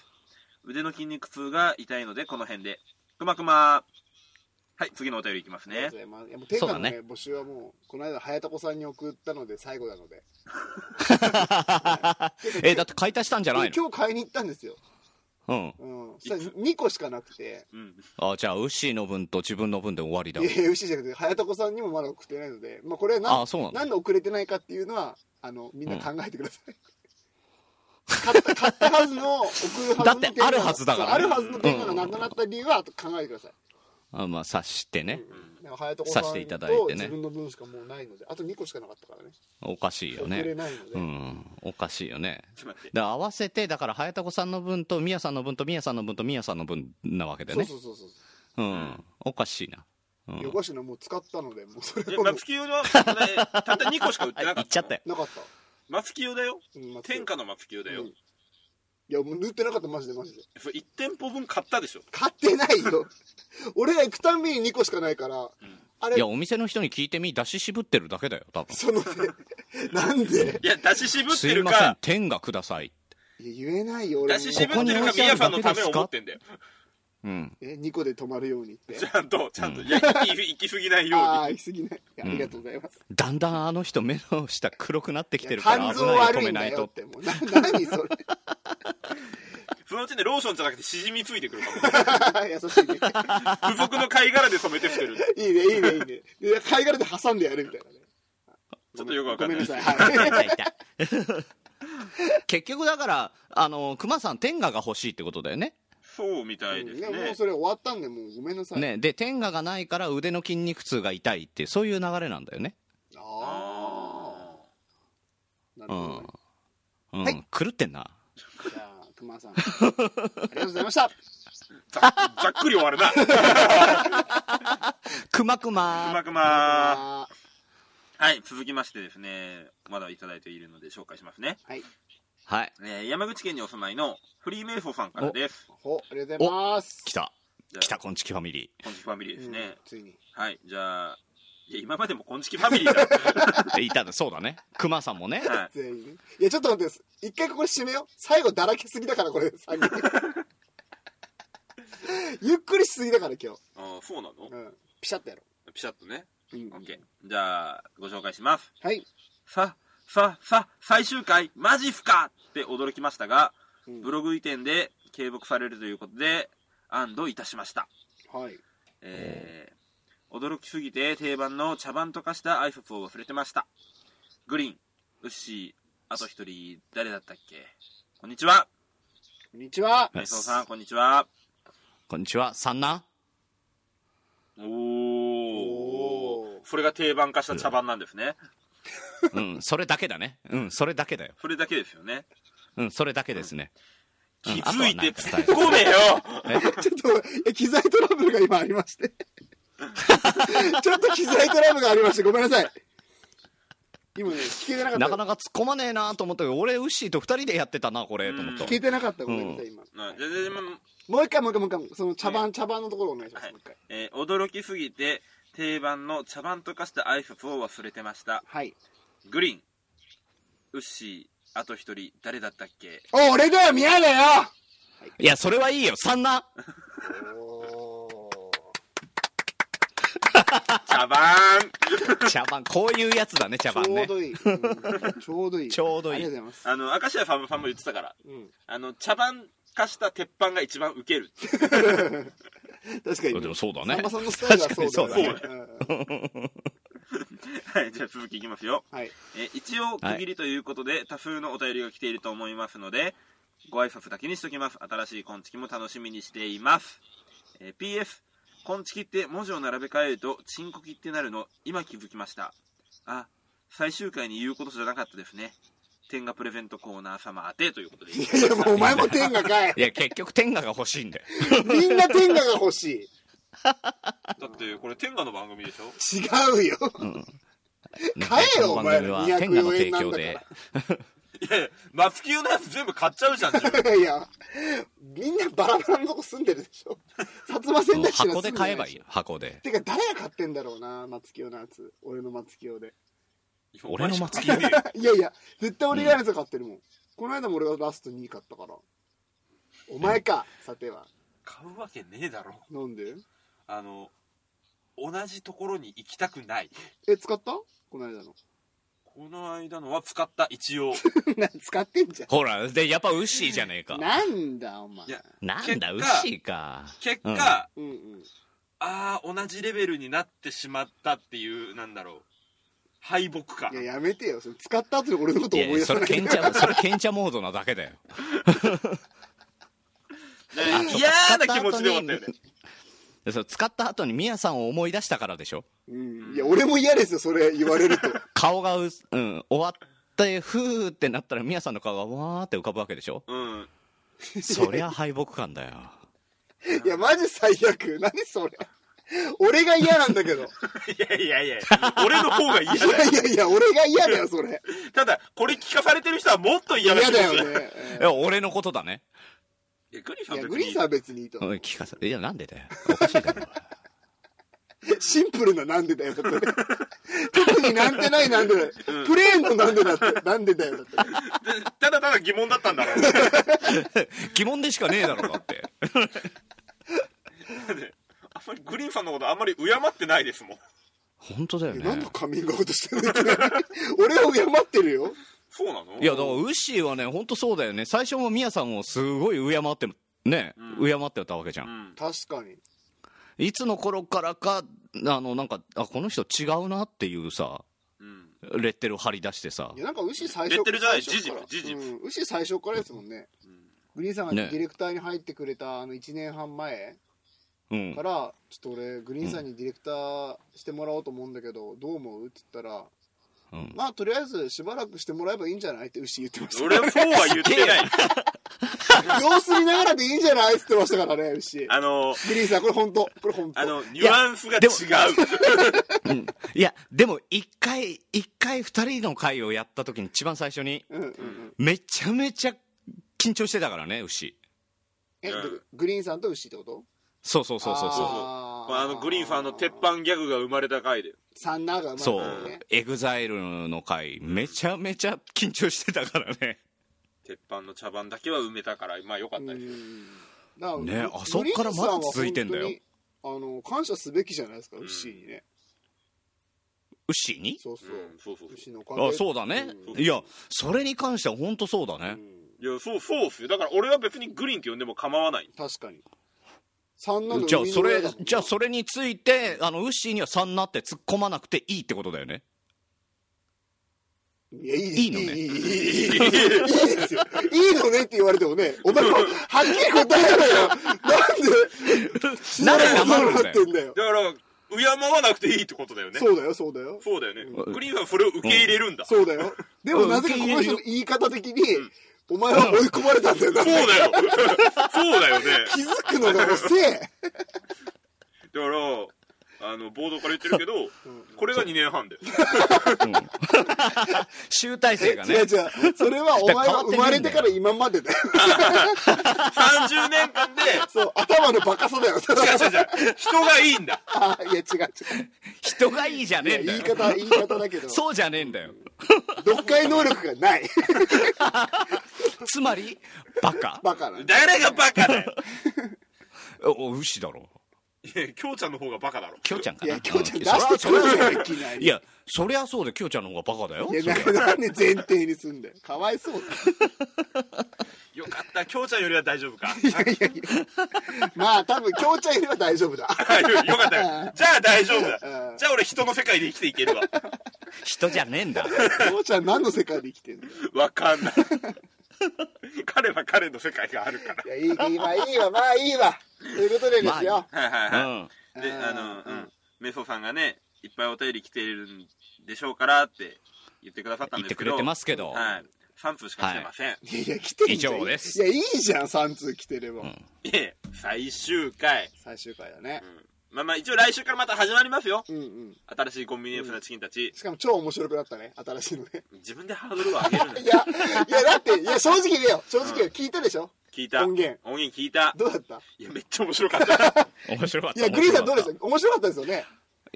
Speaker 1: 腕の筋肉痛が痛いのでこの辺でくまくまはい次のお便りいきます
Speaker 2: ありが
Speaker 1: ね
Speaker 2: とうございます。いやもう天下のね
Speaker 3: そ
Speaker 2: 募集はもうこの間早田子さんに送ったので最後なので。
Speaker 3: え、だって買い足したんじゃない
Speaker 2: 今日買いに行ったんですよ。
Speaker 3: の
Speaker 2: うん。そしたら2個しかなくて。
Speaker 1: うん
Speaker 3: うん。あ、じゃあ、ウッシーの分と自分の分で終わりだ
Speaker 2: い。やいや、牛じゃなくて、早田子さんにもまだ送ってないので、まあ、これは何
Speaker 3: あそうなんだ
Speaker 2: 何で遅れてないかっていうのは、あの、みんな考えてください。買った、買ったはずの、送るはずの
Speaker 3: だってあるはずだからね
Speaker 2: そうあるはずの点がなくなった理由は、あと考えてください。
Speaker 3: あまあ、察してね。
Speaker 2: でも早田子さん
Speaker 3: さ
Speaker 2: と
Speaker 3: していただいてね
Speaker 2: 自分の分しかもうないので、あと2個しかなかったからね。
Speaker 3: おかしいよ
Speaker 2: 送れ
Speaker 3: ね。
Speaker 2: ないので。
Speaker 3: うん。おかしいよね。
Speaker 1: ちょっと待って
Speaker 3: だから合わせて、だから、早田子さんの分と、みやさんの分と、みやさんの分と、みやさんの分なわけだよ
Speaker 2: そう
Speaker 3: ね
Speaker 2: そ。うそうそう。
Speaker 3: うん。おかしいな。うん。
Speaker 2: よこしのもう使ったので、もうそ
Speaker 1: え
Speaker 2: れをもう
Speaker 1: 松木用は ここでたった2個しか売ってなかった
Speaker 3: あ言っちゃったよ。
Speaker 2: なかった。
Speaker 1: 松木用だよ
Speaker 2: うんまあ
Speaker 1: 天下の松木用だよ、
Speaker 2: うんいや、もう塗ってなかった、マジでマジで。
Speaker 1: それ1店舗分買ったでしょ
Speaker 2: 買ってないよ。 俺ら行くたんびに2個しかないから、あれ
Speaker 3: いや、、お店の人に聞いてみ、出し渋ってるだけだよ、多分。
Speaker 2: そのね、 なんで
Speaker 1: いや出し渋っ
Speaker 3: す
Speaker 1: て
Speaker 3: い
Speaker 1: る
Speaker 3: ません
Speaker 1: か、
Speaker 3: 天がください。
Speaker 2: いや言えないよ、俺
Speaker 1: 出
Speaker 2: も。
Speaker 1: し渋ってるか宮さんのためを思ってんだよ
Speaker 3: うん。
Speaker 2: え、2個で止まるようにって。
Speaker 1: ちゃんとちゃんと、いや行き行き過ぎないように
Speaker 2: ああ、行き過ぎない。いやありがとうございます。
Speaker 3: だんだんあの人目の下黒くなってきてるから
Speaker 2: 肝
Speaker 3: 危
Speaker 2: 臓
Speaker 3: ない
Speaker 2: 悪
Speaker 3: よ止
Speaker 2: い
Speaker 3: め
Speaker 2: ん
Speaker 3: な
Speaker 2: だ
Speaker 3: い
Speaker 2: よ
Speaker 3: と
Speaker 2: って、もう。な、何それ。
Speaker 1: そのうちね、ローションじゃなくて、しじみついてくるか
Speaker 2: 優しい
Speaker 1: も。付
Speaker 2: ね。
Speaker 1: 属の貝殻で染めてきてる。
Speaker 2: いいね、いいね、いいねいや。貝殻で挟んでやるみたいなね。
Speaker 1: ちょっとよくわかんない
Speaker 2: ごめんなさい。はい。
Speaker 3: 痛い痛い 結局だからあの熊さん天下が欲しいってことだよね
Speaker 1: そうみたいで
Speaker 2: い
Speaker 1: す
Speaker 2: や、も
Speaker 1: ね
Speaker 2: う。それ終わったんで、もうごめんなさい。
Speaker 3: ねで天下がないから腕の筋肉痛が痛いってそういう流れなんだよね
Speaker 2: ああ。なる
Speaker 3: う
Speaker 2: ほ
Speaker 3: ん
Speaker 2: ど、ね。、
Speaker 3: うん
Speaker 2: はい
Speaker 3: 狂ってんな
Speaker 2: じゃあ、熊さん。ありがとうございました。
Speaker 1: ざざっくり終わるな。く
Speaker 3: 熊熊
Speaker 1: まくまはい、続きましてですね、まだいただいているので紹介しますね。
Speaker 2: はい。
Speaker 3: はい
Speaker 1: えー山口県にお住まいのフリーメイソーさんからです。
Speaker 2: ほ、ありがとうございます。
Speaker 3: 来た
Speaker 1: じゃあ
Speaker 3: 来た。こんちきファミリ
Speaker 1: こんちきファミリーです
Speaker 2: うん
Speaker 1: ね。
Speaker 2: ついに。
Speaker 1: はい、じゃあ、いや、今までもこんちきファミリーだろ。
Speaker 3: ーいた ねそうだね熊さんもね
Speaker 1: はい。
Speaker 2: 全員。いや、ちょっと待って、一回ここで締めよう。最後だらけすぎだから、これ、 三人。ゆっくりしすぎだから、今日。
Speaker 1: あーそうなの
Speaker 2: うん。ピシャッとやろ
Speaker 1: ピシャッとね。
Speaker 2: う。うん
Speaker 1: オッケー。じゃあ、ご紹介します。
Speaker 2: はい。
Speaker 1: さ、さ、さ、最終回、マジっすかって驚きましたが、
Speaker 2: うん
Speaker 1: ブログ移転で継続されるということで、安堵いたしました。
Speaker 2: はい。
Speaker 1: えー、驚きすぎて定番の茶番と化した挨拶を忘れてました。グリーン、ウッシー、あと一人、誰だったっけこんにちは。
Speaker 2: こんにちは。
Speaker 1: メソさん、こんにちは。
Speaker 3: こんにちは三男
Speaker 1: お
Speaker 2: お
Speaker 1: ー。それが定番化した茶番なんですね。
Speaker 3: うんそれだけだねうんそれだけだよ
Speaker 1: それだけですよね。
Speaker 3: うんそれだけですね、うん
Speaker 1: 気づいて
Speaker 3: あと
Speaker 1: 突
Speaker 3: は
Speaker 1: っ
Speaker 3: なんか
Speaker 1: 込めよ
Speaker 2: ちょっとえ、機材トラブルが今ありまして。 ちょっと機材トラブルがありまして、ごめんなさい。今ね、聞けてなかった。
Speaker 3: なかなか突っ込まねえなと思ったけど、俺、ウッシーと二人でやってたな、これ、と思った
Speaker 2: 聞。けてなかった、ごめんなさい、今。
Speaker 1: なじゃあじゃあまあ
Speaker 2: もう一回、もう一回、もう一回、その茶番、茶番のところお願いしま
Speaker 1: は
Speaker 2: す、
Speaker 1: い
Speaker 2: もう一回。
Speaker 1: えー驚きすぎて定番の茶番と化した挨拶を忘れてました
Speaker 2: はい。
Speaker 1: グリーンウッシーあと一人誰だったっけ
Speaker 2: お、俺だよ、宮だよ
Speaker 3: いや、それはいいよ、三男。
Speaker 2: お
Speaker 1: 茶番
Speaker 3: 茶番、こういうやつだね、茶番
Speaker 2: ちょう
Speaker 3: ね。
Speaker 2: どいい、うんちょうどいい。
Speaker 3: ちょうどいい
Speaker 2: ありがとうございます。
Speaker 1: あの明石家さんまさんも言ってたから
Speaker 2: うん、
Speaker 1: あの茶番化した鉄板が一番ウケるって
Speaker 2: 確かに。
Speaker 3: でもそうだ
Speaker 2: さん
Speaker 3: ね
Speaker 2: ま。さんのスタイルはそうだよ
Speaker 1: 確
Speaker 2: ね。
Speaker 1: はいじゃあ続きいきますよ、
Speaker 2: はい。
Speaker 1: えー一応区切りということで、多数のお便りが来ていると思いますのでご挨拶だけにしときます新しい今月も楽しみにしています、えー PS こんちきって文字を並べ替えると、ちんこきってなるの、今気づきました。あ、最終回に言うことじゃなかったですね。天がプレゼントコーナー様宛てということで。
Speaker 2: いやいや、もうお前も天下かい。
Speaker 3: いや、結局天下が欲しいんだよ。
Speaker 2: みんな天下が欲し
Speaker 1: だって、これ天下の番組でしょ
Speaker 2: い。違うよ。買えよ
Speaker 3: この番組
Speaker 2: お
Speaker 3: は
Speaker 2: 前ら
Speaker 3: 天下の提
Speaker 2: 204円なん
Speaker 3: 供
Speaker 2: だから
Speaker 3: で。
Speaker 1: いやいや、松木のやつ全部買っちゃうじゃん。
Speaker 2: いや、みんなバラバラのとこ住んでるでし ょ。薩摩仙台市は
Speaker 3: 箱で買えばいい
Speaker 2: よ。
Speaker 3: よ、箱で。
Speaker 2: てか、誰が買ってんだろうな、松清のやつ。俺の松清で。
Speaker 3: 俺の松木
Speaker 1: いや
Speaker 2: いやいや、絶対俺以外のやつが買ってるもん。この間も俺がラスト2位買ったから。お前か、さては。
Speaker 1: 買うわけねえだろ。
Speaker 2: なんで
Speaker 1: あの、同じところに行きたくない。
Speaker 2: え、使ったこの間 の。
Speaker 1: この間のは使った、一 応。
Speaker 2: な使ってんじゃ
Speaker 3: ほら、で、やっぱウッシーじゃねえか
Speaker 2: ん。。なんだ、お前。
Speaker 1: いや
Speaker 3: なんだ、ウ
Speaker 1: 結果
Speaker 3: ッシーか。
Speaker 1: 結果、
Speaker 3: うん
Speaker 1: あ
Speaker 2: うんうん。
Speaker 1: あー、同じレベルになってしまったっていう、なんだろう。敗北か
Speaker 2: い。や、やめてよ。それ使った後に俺のこと
Speaker 3: い
Speaker 2: 思い
Speaker 3: や、
Speaker 2: 出
Speaker 3: そ
Speaker 2: さ
Speaker 3: れ
Speaker 2: ないで。
Speaker 3: 賢者、それ賢者モードなだけだ よ。
Speaker 1: 嫌な気持ちで終わったよね。
Speaker 3: でそれ使った後に ミヤさんを思い出したからでしょ
Speaker 2: うん。いや、俺も嫌ですよ、それ言われ ると。
Speaker 3: 顔がうす、うん、終わって、ふーってなったらミヤさんの顔がわーって浮かぶわけでしょ
Speaker 1: うん。
Speaker 3: そりゃ敗北感だよ。
Speaker 2: いや、マジ最悪。何それ。俺が嫌なんだけど。い
Speaker 1: いやいやいや、俺の方が嫌だよ。
Speaker 2: やいやいや、俺が嫌だよ、それ。
Speaker 1: ただ、これ聞かされてる人はもっと嫌
Speaker 2: 嫌
Speaker 1: な気持ち
Speaker 2: だよね。
Speaker 3: いや、俺のことだね。
Speaker 1: いや、グリファ
Speaker 2: いや、
Speaker 1: ン別
Speaker 2: グリ
Speaker 1: に
Speaker 2: ーンさんは別にいいと
Speaker 3: う。ん、聞かさ、いや、なんでだよ。おかしいだろ。
Speaker 2: シンプルななんでだよ、だって。特になんてないなんでだよ。プレーンのなんでだって。なんでだよ、だって。
Speaker 1: でただただ疑問だったんだろう。
Speaker 3: 疑問でしかねえだろ、だって。
Speaker 1: あんまりグリーンさんのことあんまり敬ってないですもん。
Speaker 3: 本当だよ
Speaker 2: えなん
Speaker 3: ね
Speaker 2: の。カミングアウトしてるのいきなり俺を敬ってるよ。
Speaker 1: そうなの
Speaker 3: いや、だから、ウッシーはね、本当そうだよね。最初もミヤさんをすごい敬って、ね、
Speaker 1: う
Speaker 3: 敬ってたわけじゃ。
Speaker 1: うんん。
Speaker 2: 確かに。
Speaker 3: いつの頃からか、あの、なんか、あ、この人違うなっていうさ、
Speaker 1: うん。
Speaker 3: レッテル貼り出してさ
Speaker 2: い。や、なんか、牛最初
Speaker 1: レッテルじゃない
Speaker 2: 最初から
Speaker 1: 事実事実
Speaker 2: うん、牛最初からですもんね。グリーンさんがデ
Speaker 3: ね
Speaker 2: ィレクターに入ってくれた、あの、1年半前。
Speaker 3: うん
Speaker 2: か。ら、ちょっと俺、グリーンさんにディレクターしてもらおうと思うんだけど、どう思うって言ったら、
Speaker 3: うん
Speaker 2: まあ、とりあえずしばらくしてもらえばいいんじゃないって牛言ってま し
Speaker 1: 俺はそうは言ってない。
Speaker 2: た。様子見ながらでいいんじゃないって言ってましたからね、牛。グ
Speaker 1: あの、
Speaker 2: リーンさん、これ本当これ本当
Speaker 1: あの、ニュアンスが違う。
Speaker 3: うんいや、でも、一回、一回二人の会をやった時に、一番最初に、
Speaker 2: うんうんうん。
Speaker 3: めちゃめちゃ緊張してたからね、牛。
Speaker 2: え、
Speaker 1: うん
Speaker 2: ググリーンさんと牛ってこと
Speaker 3: そうそうそうそうそう。
Speaker 2: あ
Speaker 1: まああの、グリーンさんの鉄。板ギャグが生まれた回で。
Speaker 2: サンナーが生
Speaker 3: そ
Speaker 2: まれたんだよね。、
Speaker 3: うエグザイルの回、めちゃめちゃ緊張してたから ね。
Speaker 1: 鉄板の茶番だけは埋めたから、まあよかったですよ。
Speaker 2: うん。
Speaker 3: ね
Speaker 2: だら
Speaker 3: あそっからまだ続いてんだよ
Speaker 2: グリーンさんは本当にあの、感謝すべきじゃないですか、牛にね。
Speaker 3: 牛に
Speaker 2: そうそう。
Speaker 1: うん、そうそうそ
Speaker 2: 牛のおかげ
Speaker 3: あ、そうだね。
Speaker 1: うん
Speaker 3: いや、それに関しては本当そうだね。
Speaker 1: う。いや、そう、そうっすよ。だから俺は別にグリーンって呼んでも構わない。
Speaker 2: 確かに三男の
Speaker 3: じゃあ、そ
Speaker 2: 生みの親
Speaker 3: れ
Speaker 2: だもん、な
Speaker 3: じゃあ、それについて、あの、ウッシーには3なって突っ込まなくていいってことだよね。
Speaker 2: いやいいです
Speaker 3: いいのね
Speaker 2: いいいいいいいいいいいですよいいのねって言われてもねお前もはっきり答えろよなん
Speaker 3: なんで
Speaker 2: で
Speaker 3: 黙るんだ
Speaker 2: なって
Speaker 3: よ。
Speaker 2: んだよ
Speaker 1: だから、敬わなくていいってことだよね。
Speaker 2: そうだよそうだよ
Speaker 1: そうだよね。
Speaker 3: うん
Speaker 1: グリーンさんそれを受け入れるんだ。
Speaker 2: そうだよでも
Speaker 3: うん
Speaker 2: なぜかこの人の
Speaker 3: 受
Speaker 2: 言い方的にお前は追い込まれたんだよな
Speaker 1: そうだよ。 そうだよね。
Speaker 2: 気づくのが 遅え
Speaker 1: だから、あの、冒頭から言ってるけど、これが2年半だよ。
Speaker 3: 集大成が
Speaker 2: 違う違
Speaker 3: ね
Speaker 2: う。それはお前は生まれてから今までだよ
Speaker 1: 30年間で、
Speaker 2: そう頭のバカさだよ
Speaker 1: 違う違う違う、人がいいんだ。
Speaker 2: あいや違う
Speaker 3: 人がいいじゃねえ
Speaker 2: 違うんいや
Speaker 3: だ
Speaker 2: 言い方言
Speaker 3: よ。
Speaker 2: い方だけど
Speaker 3: そうじゃねえんだよ。
Speaker 2: 読解能力がない
Speaker 3: つまり、バカ。
Speaker 2: バカな
Speaker 1: 誰がバカだよ。
Speaker 3: お、ウッシーだろ。
Speaker 1: いや、京ちゃんの方がバカだろ。
Speaker 3: きょうちゃんか
Speaker 2: い
Speaker 3: な。
Speaker 2: や、今日ちゃん出
Speaker 3: うそりゃ
Speaker 2: して
Speaker 3: そ
Speaker 2: く
Speaker 3: り
Speaker 2: る
Speaker 3: ゃ
Speaker 2: じゃん、いきなり。
Speaker 3: いや、そりゃそうで、きょうちゃんの方がバカだよ
Speaker 2: い。や、なんかなんで前提にすんだよ。かわいそう
Speaker 1: よかった、京ちゃんよりは大丈夫か。
Speaker 2: だ。いやいやいや。まあ、多分、京ちゃんよりは大丈夫 だ。
Speaker 1: よかったよ。じゃあ大丈夫だ
Speaker 2: う。ん
Speaker 1: じゃあ俺人の世界で生きていけるわ。
Speaker 3: 人じゃねえんだ。
Speaker 2: 京ちゃん何の世界で生きてんだよ。
Speaker 1: わかんない。彼は彼の世界があるから。
Speaker 2: いや、いい、いいわ、いいわ、まあいいわ。ということでですよ。
Speaker 1: はいはい
Speaker 3: うん。
Speaker 1: はい。で、
Speaker 2: あー
Speaker 1: あの、う
Speaker 2: うん
Speaker 1: ん。メソさんがね、いっぱいお便り来てるんでしょうからって言ってくださったんで
Speaker 3: 言
Speaker 1: す
Speaker 3: って
Speaker 1: け
Speaker 3: く
Speaker 1: ど。
Speaker 3: れてますけど、
Speaker 1: はい。3通しか来てません。い、
Speaker 2: いや、来てんじゃん
Speaker 3: 以上です
Speaker 2: いや、いいじゃん、3通来てれば。
Speaker 3: うん
Speaker 1: え、最終回。
Speaker 2: 最終回だね
Speaker 1: う。ん。まあまあ、一応来週からまた始まりますよ。
Speaker 2: うんうん。
Speaker 1: 新しいコンビニエンスなチキンたち。
Speaker 2: しかも超面白くなったね、新しいのね。
Speaker 1: 自分でハードルを上げるの
Speaker 2: いや、いや、だって、いや、正直言えよ。正直言えよ。聞いたでしょ
Speaker 1: 聞いた。
Speaker 2: 音源
Speaker 1: 音源聞いた。
Speaker 2: どうだった
Speaker 1: いや、めっちゃ面白かった。
Speaker 3: 面白かった
Speaker 2: いや、グリーンさんどうでし
Speaker 3: す
Speaker 2: た面白かったですよね。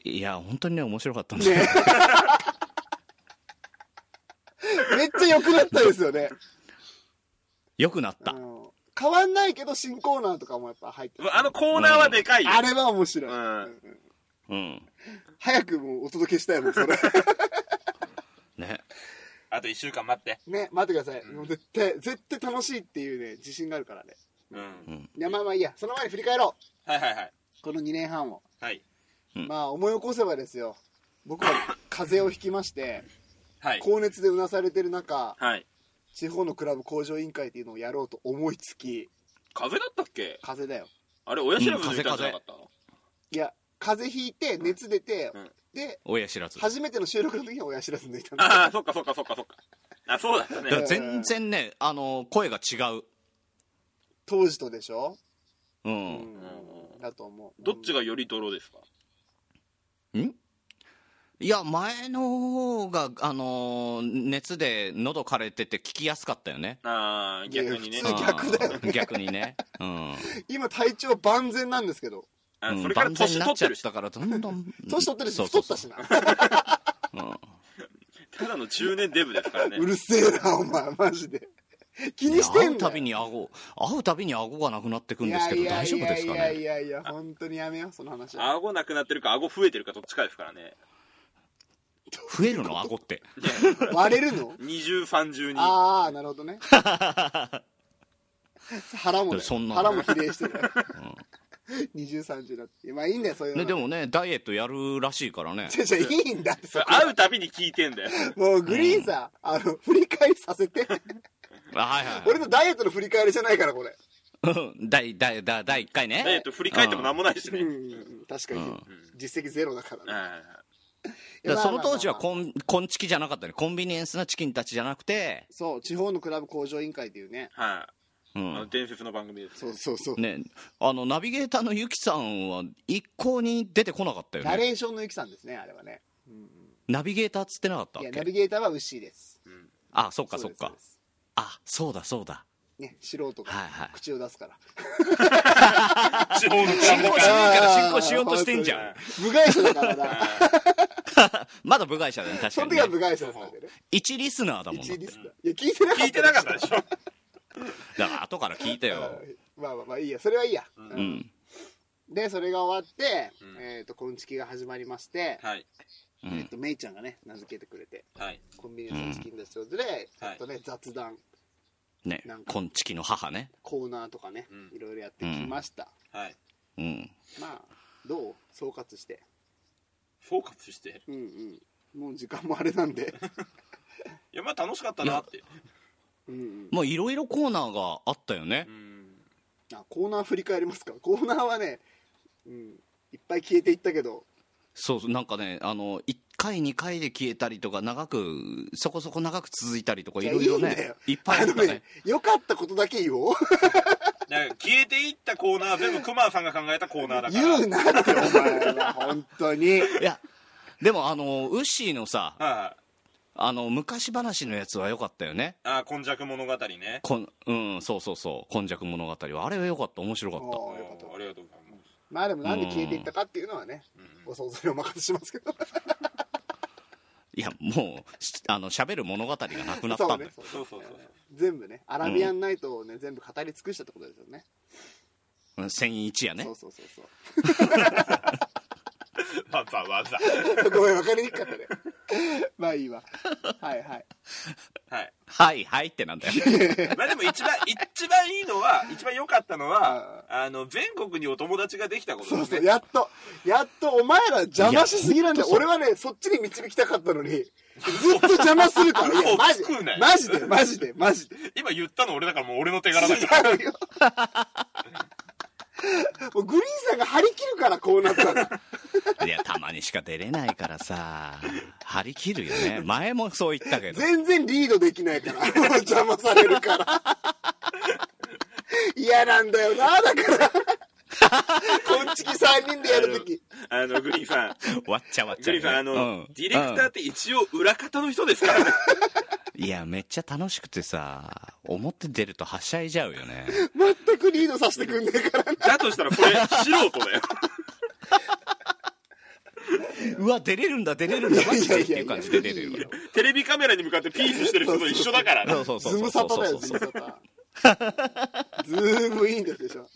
Speaker 3: いや本当にね面白かったんですよ、
Speaker 2: ね めっちゃ良くなったですよね。
Speaker 3: 良くなっ
Speaker 2: あ
Speaker 3: た、
Speaker 2: の変わんないけど、新コーナーとかもやっぱ入ってる
Speaker 1: あのコーナーはでかいよ。
Speaker 2: あれは面白い。
Speaker 1: う
Speaker 2: うん
Speaker 1: ん
Speaker 2: うん
Speaker 3: うん
Speaker 2: 早くもうお届けしたいもん、それ。
Speaker 3: ね
Speaker 1: あと1週間待って。
Speaker 2: ね、待ってください。もう絶対、絶対楽しいっていうね、自信があるからね。
Speaker 1: うん。
Speaker 2: いや、まあまあいいや。その前に振り返ろう。
Speaker 1: はいはいはい。
Speaker 2: この2年半を。
Speaker 1: はい。
Speaker 3: うん
Speaker 2: まあ、思い起こせばですよ。僕は風邪をひきまして、
Speaker 1: はい。
Speaker 2: 高熱でうなされてる中、
Speaker 1: はい。
Speaker 2: 地方のクラブ向上委員会っていうのをやろうと思いつき、
Speaker 1: 風邪だったっけ
Speaker 2: 風邪だよ。
Speaker 1: あれ、親知らずの時間じゃなかった、
Speaker 2: いや、風邪ひいて、熱出て、
Speaker 1: うん
Speaker 2: で、
Speaker 3: 親知らずだ
Speaker 2: 初めての収録の時に親知らず抜いたんだ。
Speaker 1: ああ、そっかそっかそっかそっか。あ、そうだったね
Speaker 3: か。ら全然ねあの声が違う
Speaker 2: 当時とでしょ
Speaker 3: う、
Speaker 2: うんだと思う。
Speaker 1: どっちがより泥ですか
Speaker 3: んいや前の方があの熱で喉枯れてて聞きやすかったよね
Speaker 1: ああ、逆にね
Speaker 2: い。や逆だよ
Speaker 3: ね逆にね うん
Speaker 2: 今体調万全なんですけど、
Speaker 1: あ
Speaker 3: うん
Speaker 1: それから
Speaker 3: 万全に
Speaker 1: 年
Speaker 3: な
Speaker 1: 取
Speaker 3: っ
Speaker 1: っ
Speaker 3: ち
Speaker 1: て
Speaker 3: ゃっ
Speaker 1: るし、
Speaker 3: たからどんどん
Speaker 2: 年取ってるし、
Speaker 3: そう
Speaker 2: 太
Speaker 3: そ
Speaker 2: っ
Speaker 3: うそ
Speaker 2: た
Speaker 3: う
Speaker 2: しな。
Speaker 3: うん
Speaker 1: ただの中年デブですからね
Speaker 2: う。るせえな、お前、マジで。気にして
Speaker 3: 会
Speaker 2: ん
Speaker 3: う
Speaker 2: だ
Speaker 3: た
Speaker 2: よ
Speaker 3: び。に顎会うたびに顎がなくなってくんですけど大丈夫ですか
Speaker 2: いやい
Speaker 3: ね
Speaker 2: やいやいや、本当にやめよう、その話は。
Speaker 1: 顎なくなってるか、顎増えてるか、どっちかですからね。
Speaker 3: 増えるの顎って
Speaker 2: 割れる の
Speaker 1: 二重三重に。
Speaker 2: ああ、なるほどね。腹も、ね、
Speaker 3: そんな
Speaker 2: 腹も比例してる。二重三重だって。まあいいんだよ、そういうの。
Speaker 3: ねでもねダイエットやるらしいからね
Speaker 2: じゃじゃいいんだって、
Speaker 1: そ
Speaker 2: そ
Speaker 1: れ
Speaker 2: こ
Speaker 1: 会うたびに聞いてんだよ。
Speaker 2: もうグリーンさ、ん、あの、振り返りさせ て。
Speaker 3: あはいはい
Speaker 2: 俺のダイエットの振り返りじゃないから、これ。
Speaker 3: うん第第第第1回ね
Speaker 1: ダイエット振り返ってもなんもないし
Speaker 2: う
Speaker 1: ね。
Speaker 2: ん、確かに、
Speaker 3: うん
Speaker 2: 実績ゼロだからね。
Speaker 1: あ
Speaker 2: い
Speaker 3: だ
Speaker 2: や
Speaker 3: からその当時は
Speaker 2: まあまあまあまあ
Speaker 3: コンコンチキじゃなかったねコンビニエンスなチキンたちじゃなくて、
Speaker 2: そう、地方のクラブ向上委員会っていうね。
Speaker 1: あはい。
Speaker 3: う
Speaker 1: あの
Speaker 3: ん
Speaker 1: 伝説の番組です
Speaker 2: そ
Speaker 1: ね。
Speaker 2: うそうそう。
Speaker 3: ね、あのナビゲーターのゆきさんは一向に出てこなかったよ
Speaker 2: ナ
Speaker 3: ね
Speaker 2: レーションのゆきさんですね、あれはね。うん
Speaker 3: ナビゲーターっつってなかった
Speaker 2: うん、い
Speaker 3: わ
Speaker 2: や、
Speaker 3: け
Speaker 2: ナビゲーターは牛です。
Speaker 1: うん
Speaker 3: あそっかそっ
Speaker 2: うです
Speaker 3: か
Speaker 2: うです
Speaker 3: あそうだそうだ
Speaker 2: ね、素人
Speaker 3: は
Speaker 2: が
Speaker 3: いはい
Speaker 2: 口を出すから。
Speaker 1: 地方のクラ
Speaker 3: 進
Speaker 1: ブ
Speaker 3: 行し
Speaker 1: 会
Speaker 3: ないから
Speaker 2: あー
Speaker 3: 進行しようとしてんじゃ
Speaker 2: 本
Speaker 3: ん
Speaker 2: 当に部外者だ からな。
Speaker 3: まだ部外者だね確
Speaker 2: そ
Speaker 3: か
Speaker 2: の時
Speaker 3: にね、
Speaker 2: は部外者だったんでね。
Speaker 3: 一リスナーだもんだ
Speaker 2: 一
Speaker 3: っ
Speaker 2: リ
Speaker 3: て
Speaker 2: スナーいや、聞いてなかった。
Speaker 1: 聞いてなかったでしょ。
Speaker 3: だから後から聞いたよ
Speaker 2: まあまあまあいいや、それはいいや。
Speaker 1: うん
Speaker 3: うん
Speaker 2: で、それが終わって、
Speaker 1: うん
Speaker 2: えっと、昆虫が始まりまして、
Speaker 1: はい。
Speaker 3: う
Speaker 2: えっ
Speaker 3: ん
Speaker 2: と、メイちゃんがね、名付けてくれて、
Speaker 1: はい。
Speaker 2: コンビニエンスのチキンたちとで、
Speaker 1: うん
Speaker 2: えっとね、雑談、
Speaker 3: ね
Speaker 2: なんか
Speaker 3: コンチキの母ね
Speaker 2: コーナーとかね
Speaker 1: うん、
Speaker 2: いろいろやってきました。
Speaker 1: はい。
Speaker 3: うん
Speaker 2: まあ、どう総括して。
Speaker 1: フォーカスして。
Speaker 2: うんうん。もう時間もあれな んで。
Speaker 1: いや、まあ楽しかったなって。
Speaker 2: うんうん。
Speaker 3: もういろいろコーナーがあったよね
Speaker 1: うん。
Speaker 2: あ、コーナー振り返りますか。コーナーはね、うん、いっぱい消えていったけど、
Speaker 3: そうそうなんかねあの1回2回で消えたりとか長くそこそこ長く続いたりとか
Speaker 2: い
Speaker 3: い
Speaker 2: や
Speaker 3: ろいろ
Speaker 2: いいんだ
Speaker 3: ね
Speaker 2: よ
Speaker 3: いっぱいあ
Speaker 2: あ
Speaker 3: っ
Speaker 2: の
Speaker 3: たね
Speaker 2: ね、良かったことだけ言おう。
Speaker 1: なんか消えていったコー ナーは全部クマさんが考えたコーナーだから。
Speaker 2: 言うなって、お前は、本 当に。
Speaker 3: いやでもあのウッシーのさ
Speaker 1: はい。
Speaker 3: あの昔話のやつは良かったよね
Speaker 1: ああ、今昔物語ね。
Speaker 3: こんうんそうそうそう「今昔物語」はあれは良かった面白かった
Speaker 2: おーよかった
Speaker 1: ありがとうございます。
Speaker 2: まあでもなんで消えていったかっていうのはね、
Speaker 1: うん
Speaker 2: ご想像にお任せしますけど。
Speaker 3: いやもうしあの喋る物語がなくなっ
Speaker 2: そ
Speaker 3: た
Speaker 2: うん
Speaker 3: だよ
Speaker 2: ね、そう
Speaker 1: そうそうそうそう。
Speaker 2: 全部ね、アラビアンナイトをね、全部語り尽くしたってことですよね。
Speaker 3: うん千一夜ね
Speaker 2: そうそうそうそ
Speaker 1: わざわ ざ。
Speaker 2: う。ごめん、わかりにくかったね。 まあいいわ。はいはい。
Speaker 1: はい。
Speaker 3: はいはいってなん だよ
Speaker 1: まあでも一番、一番いいのは、一番良かったのは、あの、全国にお友達ができたこと
Speaker 2: そう
Speaker 1: です
Speaker 2: そ
Speaker 1: ね
Speaker 2: う、。やっと、やっとお前ら邪魔しすぎなんだよ。
Speaker 3: いや
Speaker 2: 俺はね、そっちに導きたかったのに、ずっと邪魔するから、いや、マジ
Speaker 1: 嘘つくなよ
Speaker 2: マジで、マジで、マジで。
Speaker 1: 今言ったの俺だからもう俺の手柄だから。
Speaker 2: 違うよ。もうグリーンさんが張り切るからこうなったんだ。
Speaker 3: いや、たまにしか出れないからさ、張り切るよね。前もそう言ったけど。
Speaker 2: 全然リードできないから。 もう邪魔されるから。 嫌なんだよな、だから。こんちき3人でやるとき。
Speaker 1: あの、グリーンさん、
Speaker 3: わっちゃわっちゃ
Speaker 1: グ
Speaker 3: ね、
Speaker 1: リーンさん、あの、
Speaker 3: うん
Speaker 1: ディレクターって一応裏方の人ですからね。
Speaker 3: うんいや、めっちゃ楽しくてさ、表出るとはしゃいじゃうよね。
Speaker 2: 全くリードさせてくんねえから。
Speaker 1: だとしたらこれ、素人だよ。
Speaker 3: うわ、出れるんだ、出れるんだ、マジで っていう感じで出れるよ。
Speaker 1: テレビカメラに向かってピースしてる人と一緒だからね
Speaker 3: そうそうそう
Speaker 2: ズ
Speaker 3: そう
Speaker 2: ム
Speaker 3: そ
Speaker 2: サ
Speaker 3: う
Speaker 2: タだ
Speaker 3: そ
Speaker 2: よ、
Speaker 3: う
Speaker 2: ズ
Speaker 3: そ
Speaker 2: ム
Speaker 3: う。
Speaker 2: サタ。ズームインですでしょ。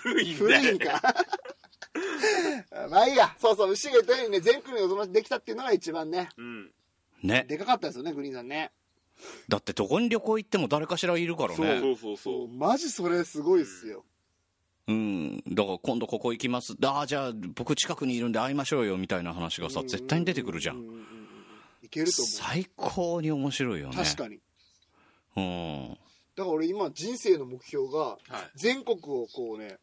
Speaker 1: 古いん
Speaker 2: 古
Speaker 1: だ
Speaker 2: い
Speaker 1: よ
Speaker 2: ん。か。 まあいいや。そうそう、牛が言ったようにね、全国にお友達できたっていうのが一番ね、
Speaker 1: うん。
Speaker 3: ね。
Speaker 2: でかかったですよね、グリーンさんね。
Speaker 3: だってどこに旅行行っても誰かしらいるから
Speaker 1: そうそ
Speaker 3: ね。
Speaker 1: うそう
Speaker 2: そ
Speaker 1: そ
Speaker 2: う、マジそれすごいっすよ。
Speaker 3: うん。だから今度ここ行きます。ああ、じゃあ僕近くにいるんで会いましょうよみたいな話がさ、絶対に出てくるじゃ。
Speaker 2: うんううう。いけると思
Speaker 3: 最高に面白いよ
Speaker 2: う。
Speaker 3: ね。
Speaker 2: 確かに。
Speaker 3: うん。
Speaker 2: だから俺今人生の目標が
Speaker 1: う。はい。
Speaker 2: 全国をこうね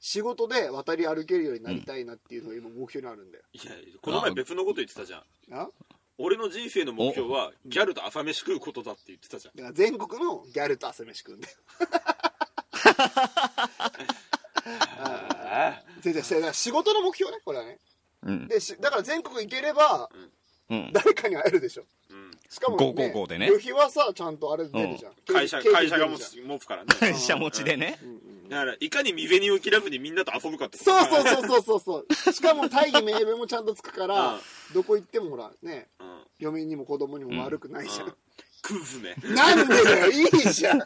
Speaker 2: 仕事で渡り歩けるようになりたいなっていうのが今目標にあるんだよ、
Speaker 1: いや、この前別のこと言ってたじゃん。
Speaker 2: なだか
Speaker 1: 俺の人生の目標は、ギャルと朝飯食うことだって言ってたじゃん。
Speaker 2: ら全国のギャルと朝飯食うんだよ
Speaker 1: あ
Speaker 2: 違う違う違う仕事の目標ねこれはね
Speaker 3: うん。
Speaker 2: でしだから全国行ければ
Speaker 3: うん。
Speaker 2: 誰かに会えるでしょ
Speaker 1: あ。うん。
Speaker 2: しかも、ね、
Speaker 3: 555でね
Speaker 2: 旅費はさちゃんとあれ出るじゃん、経費
Speaker 1: 会社、
Speaker 2: 経費
Speaker 1: 会社
Speaker 2: 出
Speaker 1: が
Speaker 2: る
Speaker 1: 持
Speaker 2: じゃん
Speaker 1: つ持つからね。
Speaker 3: 会社持ちでね。
Speaker 2: うんうん
Speaker 1: だから、いかに身銭を切らずにみんなと遊ぶかってこと
Speaker 2: そうそうそうそうそうそうしかも大義名分もちゃんとつくか
Speaker 1: う
Speaker 2: ら、
Speaker 1: ん
Speaker 2: どこ行ってもほらね
Speaker 1: うん。うん。
Speaker 2: 嫁にも子供にも悪くないじゃん、
Speaker 1: クズね。
Speaker 2: なんでだよいいじ ゃん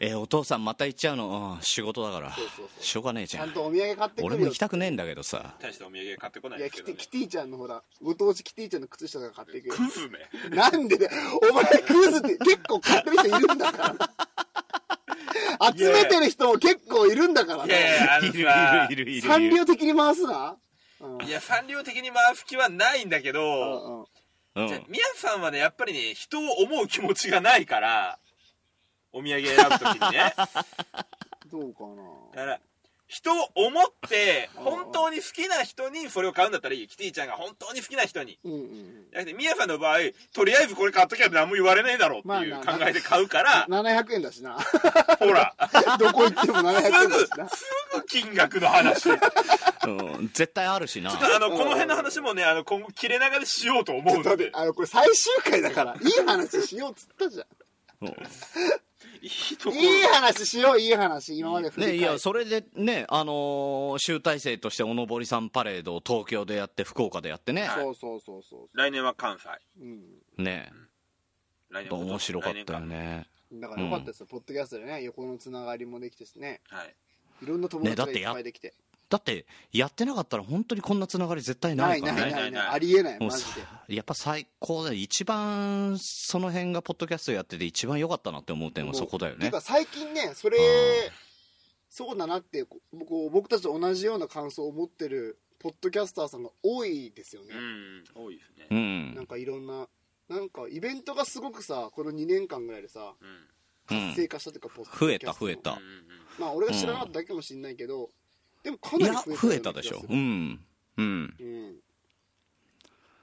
Speaker 3: えーお父さんまた行っちゃうの、うん、仕事だから
Speaker 2: そうそうそう
Speaker 3: しょうがねえ
Speaker 2: ち
Speaker 3: じゃ
Speaker 2: ゃ
Speaker 3: ん
Speaker 2: んとお土産買ってく
Speaker 3: 俺
Speaker 2: る
Speaker 3: も
Speaker 2: よ
Speaker 3: 行きたくねえんだけどさ
Speaker 1: 大したお土産買ってこない
Speaker 2: いや
Speaker 1: です
Speaker 2: キ
Speaker 1: けど
Speaker 2: ティ
Speaker 1: ね
Speaker 2: キ。ティちゃんのほらご当地キティちゃんの靴下が買っていくよ
Speaker 1: クズね。
Speaker 2: なんでだよお前クズって結構買ってる人いるんだから集めてる人も結構いるんだから
Speaker 1: いやい
Speaker 2: ね
Speaker 1: や、あのさ
Speaker 3: い、るいるいる
Speaker 2: 三流的に回すなうん
Speaker 1: いや、三流的に回す気はないんだけ
Speaker 2: う
Speaker 1: ど、
Speaker 2: んうん
Speaker 3: うん
Speaker 1: じゃあ、宮さんはね、やっぱりね、人を思う気持ちがないから、お土産選ぶときにね。だか、
Speaker 2: どうから
Speaker 1: 人を思って、
Speaker 2: うん
Speaker 1: 本当に好きな人にそれを買うんだったらいい。キティちゃんが本当に好きな人に。
Speaker 2: なうんうんうん
Speaker 1: だって、宮さんの場合、とりあえずこれ買っときゃ何も言われねえだろうっていう
Speaker 2: まあ
Speaker 1: 考
Speaker 2: な
Speaker 1: えで買うから、
Speaker 2: 700円だしな
Speaker 1: ほら、
Speaker 2: どこ行っても700
Speaker 1: す
Speaker 2: 円
Speaker 1: ぐ、
Speaker 2: だし
Speaker 1: す
Speaker 2: な
Speaker 1: ぐ金額の話。
Speaker 3: うん絶対あるしな
Speaker 1: あの、この辺の話もね、あの、今後切れ長でしようと思うので。
Speaker 2: あのこれ最終回だからいい話しようっつったじゃん
Speaker 3: うん
Speaker 1: いいところ。
Speaker 2: いい話しよういい話今まで振り
Speaker 3: ね、
Speaker 2: 返
Speaker 3: い
Speaker 2: って
Speaker 3: やそれでね、あのー集大成としておのぼりさんパレードを東京でやって福岡でやってね
Speaker 2: そうそうそうそ
Speaker 1: 来年は関西。
Speaker 2: う、うん、
Speaker 3: ね
Speaker 1: 来年は
Speaker 3: 面白かったよ。ね
Speaker 2: だからよかったですよ、ポッドキャストでね横のつながりもできてですね
Speaker 1: 来年かはい。
Speaker 2: いろんな友達がいっぱいできて,、
Speaker 3: だってやってなかったら本当にこんなつながり絶対ないからね
Speaker 2: ないないな
Speaker 1: ない
Speaker 2: い
Speaker 1: ない
Speaker 2: ありえない
Speaker 3: もう
Speaker 2: マジ
Speaker 3: さやっぱ最高だよ一番その辺がポッドキャストやってて一番良かったなって思う
Speaker 2: で
Speaker 3: 点はそこだよ
Speaker 2: てい
Speaker 3: ね
Speaker 2: うか最近ねそれ
Speaker 3: うん
Speaker 2: そうだなってこうこう僕たちと同じような感想を持ってるポッドキャスターさんが多いですよね、
Speaker 1: うん、多いですね。
Speaker 3: うん
Speaker 2: なんかいろんななんかイベントがすごくさこの2年間ぐらいでさ
Speaker 1: うん。
Speaker 3: うん
Speaker 2: 活性化したというか、ポッド
Speaker 3: 増
Speaker 2: キャ
Speaker 3: え
Speaker 2: スト
Speaker 3: た
Speaker 2: の
Speaker 3: 増えた
Speaker 1: うんうん
Speaker 2: まあ俺が知らなかっただけかもしれないけど、でもか
Speaker 3: い
Speaker 2: なり
Speaker 3: や
Speaker 2: 増えたような
Speaker 3: 増えたでしょ
Speaker 2: 気がす
Speaker 3: う
Speaker 2: る
Speaker 3: んうん
Speaker 2: うんやっ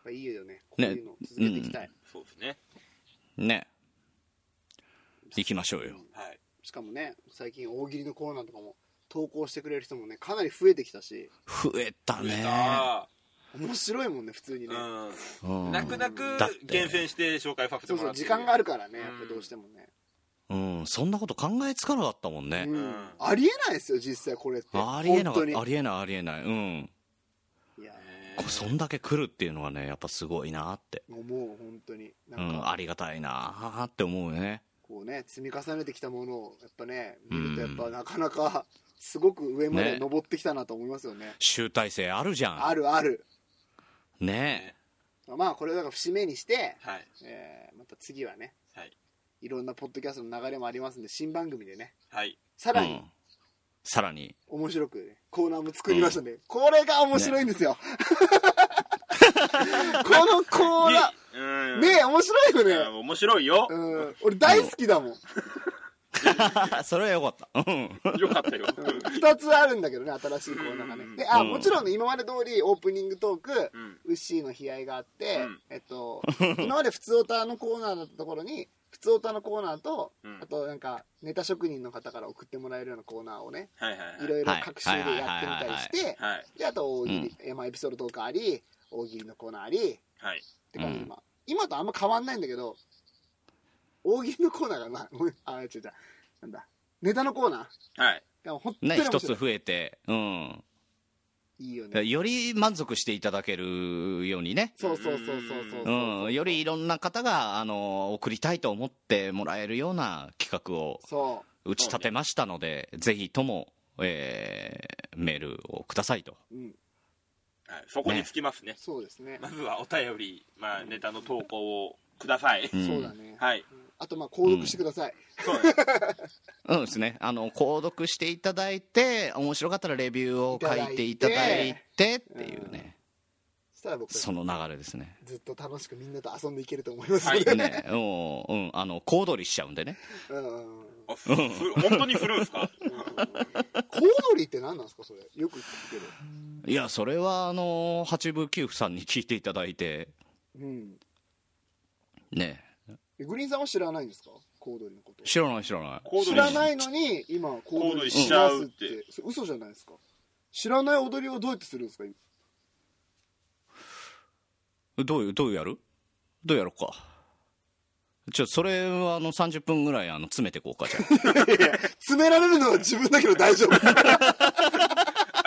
Speaker 2: ぱいいよねこういうの続けていきたい、
Speaker 3: ね
Speaker 1: そうですね。
Speaker 3: ね行きましょうよ
Speaker 1: はい。
Speaker 2: しかもね最近大喜利のコーナーとかも投稿してくれる人もねかなり増えてきたし
Speaker 3: 増えたね
Speaker 1: あ
Speaker 2: 面白いもんね普通にね、
Speaker 1: あ、
Speaker 3: う
Speaker 1: うんん。泣く泣く
Speaker 3: だって
Speaker 1: 厳選して紹介させて
Speaker 2: そう
Speaker 1: も
Speaker 2: そ
Speaker 1: ら
Speaker 2: う
Speaker 1: って
Speaker 2: 時
Speaker 1: る。
Speaker 2: 間があるからね
Speaker 1: うん
Speaker 2: やっぱどうしてもね、
Speaker 3: うんそんなこと考えつかなかったもん
Speaker 2: う
Speaker 3: ね
Speaker 2: ん
Speaker 1: うん
Speaker 2: ありえないですよ実際これって
Speaker 3: ありえなか
Speaker 2: 本当
Speaker 3: っ
Speaker 2: に
Speaker 3: たありえないありえないうん
Speaker 2: い
Speaker 1: ね
Speaker 2: や
Speaker 3: こうそんだけ来るっていうのはねやっぱすごいなって
Speaker 2: もう本当にな
Speaker 3: うんんあ
Speaker 2: か
Speaker 3: りがたいなって思うよね
Speaker 2: こうね積み重ねてきたものをやっぱね見るとや
Speaker 3: う
Speaker 2: っ
Speaker 3: ん
Speaker 2: ぱなかなかすごく上まで
Speaker 3: ね
Speaker 2: 登ってきたなと思いますよね
Speaker 3: 集大成あるじゃ
Speaker 2: あるある
Speaker 3: んね
Speaker 2: まあこれをだから節目にして、
Speaker 1: はい。
Speaker 2: えーまた次はね
Speaker 1: はい。
Speaker 2: いろんなポッドキャストの流れもありますんで新番組でね
Speaker 1: はい。
Speaker 2: さ
Speaker 3: う
Speaker 2: らに
Speaker 3: んさらに
Speaker 2: 面白くね、コーナーも作りましたんで、これが面白いんですよ、 このコーナ
Speaker 1: うん
Speaker 2: ーねえ面白い
Speaker 1: いや
Speaker 2: よね、
Speaker 1: 面白いよ。
Speaker 2: うん、俺大好きだもん
Speaker 3: それはよかった。うん。
Speaker 1: よかったよ。
Speaker 2: 二つあるんだけどね、新しいコーナーが
Speaker 1: うん
Speaker 2: ね。で、あ、
Speaker 3: うん
Speaker 2: もちろんね、今まで通りオープニングトーク、
Speaker 1: うん。
Speaker 2: ウッシーの悲哀があって、
Speaker 1: うん
Speaker 2: えっと、今まで普通オタのコーナーだったところに、普通オタのコーナーと、
Speaker 1: うん
Speaker 2: あとなんか、ネタ職人の方から送ってもらえるようなコーナーをね、
Speaker 1: はいはいはい。
Speaker 2: いろいろ各種でやってみたりして、
Speaker 1: はい。
Speaker 2: で、あと大喜利、えまあエピソードトークあり、大喜利のコーナーあり、っ
Speaker 1: はい。
Speaker 2: て感じで、
Speaker 3: うん
Speaker 2: まあ今とあんま変わんないんだけど、大喜利のコーナーが、まあ、ごめんあ、違う違う、なんだ、ネタのコーナー
Speaker 1: はい。
Speaker 2: が本当に
Speaker 3: ね、
Speaker 2: 面
Speaker 3: 一
Speaker 2: 白い。
Speaker 3: つ増えて、うん。
Speaker 2: いいよね。
Speaker 3: より満足していただけるようにね。
Speaker 2: そうそうそうそうそう
Speaker 3: う
Speaker 2: そう。
Speaker 3: ん、よりいろんな方が、あの、送りたいと思ってもらえるような企画を
Speaker 2: そ
Speaker 3: 打ち立てましたので、ぜひとも、えーメールをくださいと。
Speaker 2: う。うん。
Speaker 1: はい。そこにつきますね。
Speaker 2: そうですね。
Speaker 1: まずはお便り、まあ、ネタの投稿をください。
Speaker 3: うん
Speaker 2: そうだね。
Speaker 1: はい。
Speaker 2: あと、まあ、購読してください。
Speaker 1: そうです。
Speaker 3: うんですね。あの、購読していただいて、面白かったらレビューを書いていただいてっていうね、
Speaker 2: そしたら僕、
Speaker 3: その流れですね。
Speaker 2: ずっと楽しくみんなと遊んでいけると思います。
Speaker 1: はい
Speaker 3: ね、もう、うん、あの、小躍りしちゃうんでね。
Speaker 2: うんうんうん。
Speaker 1: あふふ本当に振るんですか
Speaker 2: コウノリって何なんですか、それ。よく聞くけど。
Speaker 3: いや、それは、あの、八部九夫さんに聞いていただいて、
Speaker 2: うん。
Speaker 3: ね、
Speaker 2: えグリーンさんは知らないんですかコウノリのこと。
Speaker 3: 知らない知らない。
Speaker 1: コード
Speaker 2: 知
Speaker 1: に
Speaker 2: らないのに、今、コウノリ
Speaker 1: コウノリしちゃうって
Speaker 2: ます。それ嘘じゃないですか。知らない踊りをどうやってするんですか今
Speaker 3: どういう、どうやるどうやろうか。ちょ、それはあの30分ぐらいあの詰めてこうか、じゃあ。
Speaker 2: 詰められるのは自分だけど大 丈夫。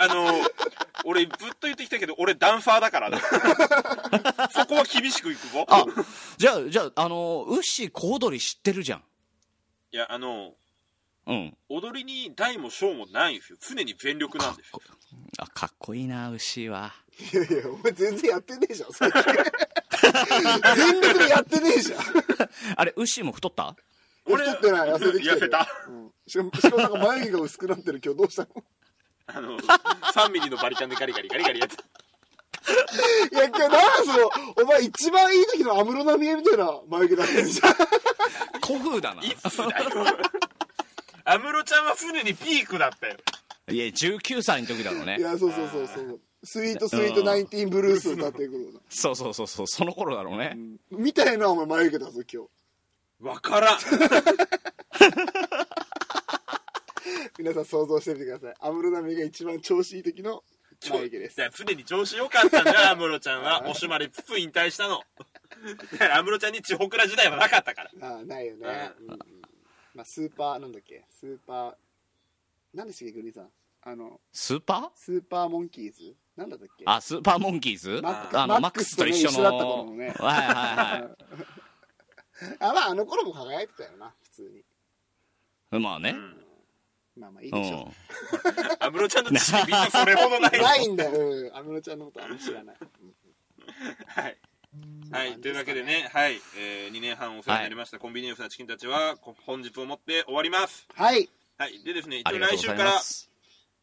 Speaker 1: あの、俺ずっと言ってきたけど、俺ダンサーだ からね。そこは厳しくいくぞ。
Speaker 3: あ、じゃあ、じゃあ、あの、ウッシー小躍り知ってるじゃん。
Speaker 1: いや、あの、
Speaker 3: うん。
Speaker 1: 踊りに大も小もないんですよ。常に全力なんですよ。
Speaker 3: あ、かっこいいな、ウッシーは。
Speaker 2: いやいや、お前全然やってねえじゃん、さっき全力でやってねえじゃん。
Speaker 3: あれ、ウッシーも太った
Speaker 2: 俺太ってない、痩せてきてる。
Speaker 1: 痩せた。
Speaker 2: うん。しかも、しかもなんか眉毛が薄くなってる、今日どうしたの
Speaker 1: あの、3ミリのバリカンでガリガリガリガリやって。
Speaker 2: いや、今日なんかその、お前一番いい時の安室奈美恵みたいな眉毛だってんじゃん。
Speaker 3: 古風だな。い
Speaker 1: いつだよ。安室ちゃんは常にピークだったよ。
Speaker 3: や、19歳の時だろうね
Speaker 2: い。や、そうそうそうそう。スイートスイートナインティーンブルースを歌ってくるの。
Speaker 3: そうそうそうそう、その頃だろうね。
Speaker 2: みたいなお前眉毛だぞ、今日。
Speaker 1: わからん。
Speaker 2: 皆さん想像してみてください。安室奈美恵が一番調子いい時の眉毛です。
Speaker 1: だから常に調子良かったんだよ、安室ちゃんは。惜しまれつつ引退したの。だから安室ちゃんに地方倉時代はなかったから。
Speaker 2: ああ、ないよね。うんうんまあ、スーパー、なんだっけ、スーパー、なんでしたっけ、グリーンさん。あの、
Speaker 3: スーパー
Speaker 2: スーパーモンキーズなんだったっけ
Speaker 3: あ、スーパーモンキーズ
Speaker 2: マ
Speaker 1: ッ
Speaker 2: ク
Speaker 3: あの、
Speaker 2: マ
Speaker 3: マ
Speaker 2: ッ
Speaker 3: ッ
Speaker 2: ク
Speaker 3: ク
Speaker 2: ス
Speaker 3: ス
Speaker 2: とね
Speaker 3: と一緒の。
Speaker 2: 一緒だった頃のね
Speaker 3: はいはいは
Speaker 2: あまああの頃も輝いてたよな普通に
Speaker 3: い。まあね。
Speaker 2: まあまあいいうでしょ
Speaker 3: ん。
Speaker 1: 安室ちゃんの知識みんなそれほどな
Speaker 2: う、
Speaker 1: い。
Speaker 2: ないんだようん安室ちゃんのことあんま知らない
Speaker 1: はい。はい、というわけでね、はい、えー、2年半お世話になりました、コンビニエンスなチキンたちは、こ本日をもって終わります。
Speaker 2: はい
Speaker 1: はい、でですね、一
Speaker 3: あ
Speaker 1: 応
Speaker 3: りがと
Speaker 1: 来
Speaker 3: うご
Speaker 1: 週
Speaker 3: ざ
Speaker 1: か
Speaker 3: いま
Speaker 1: ら、
Speaker 3: す。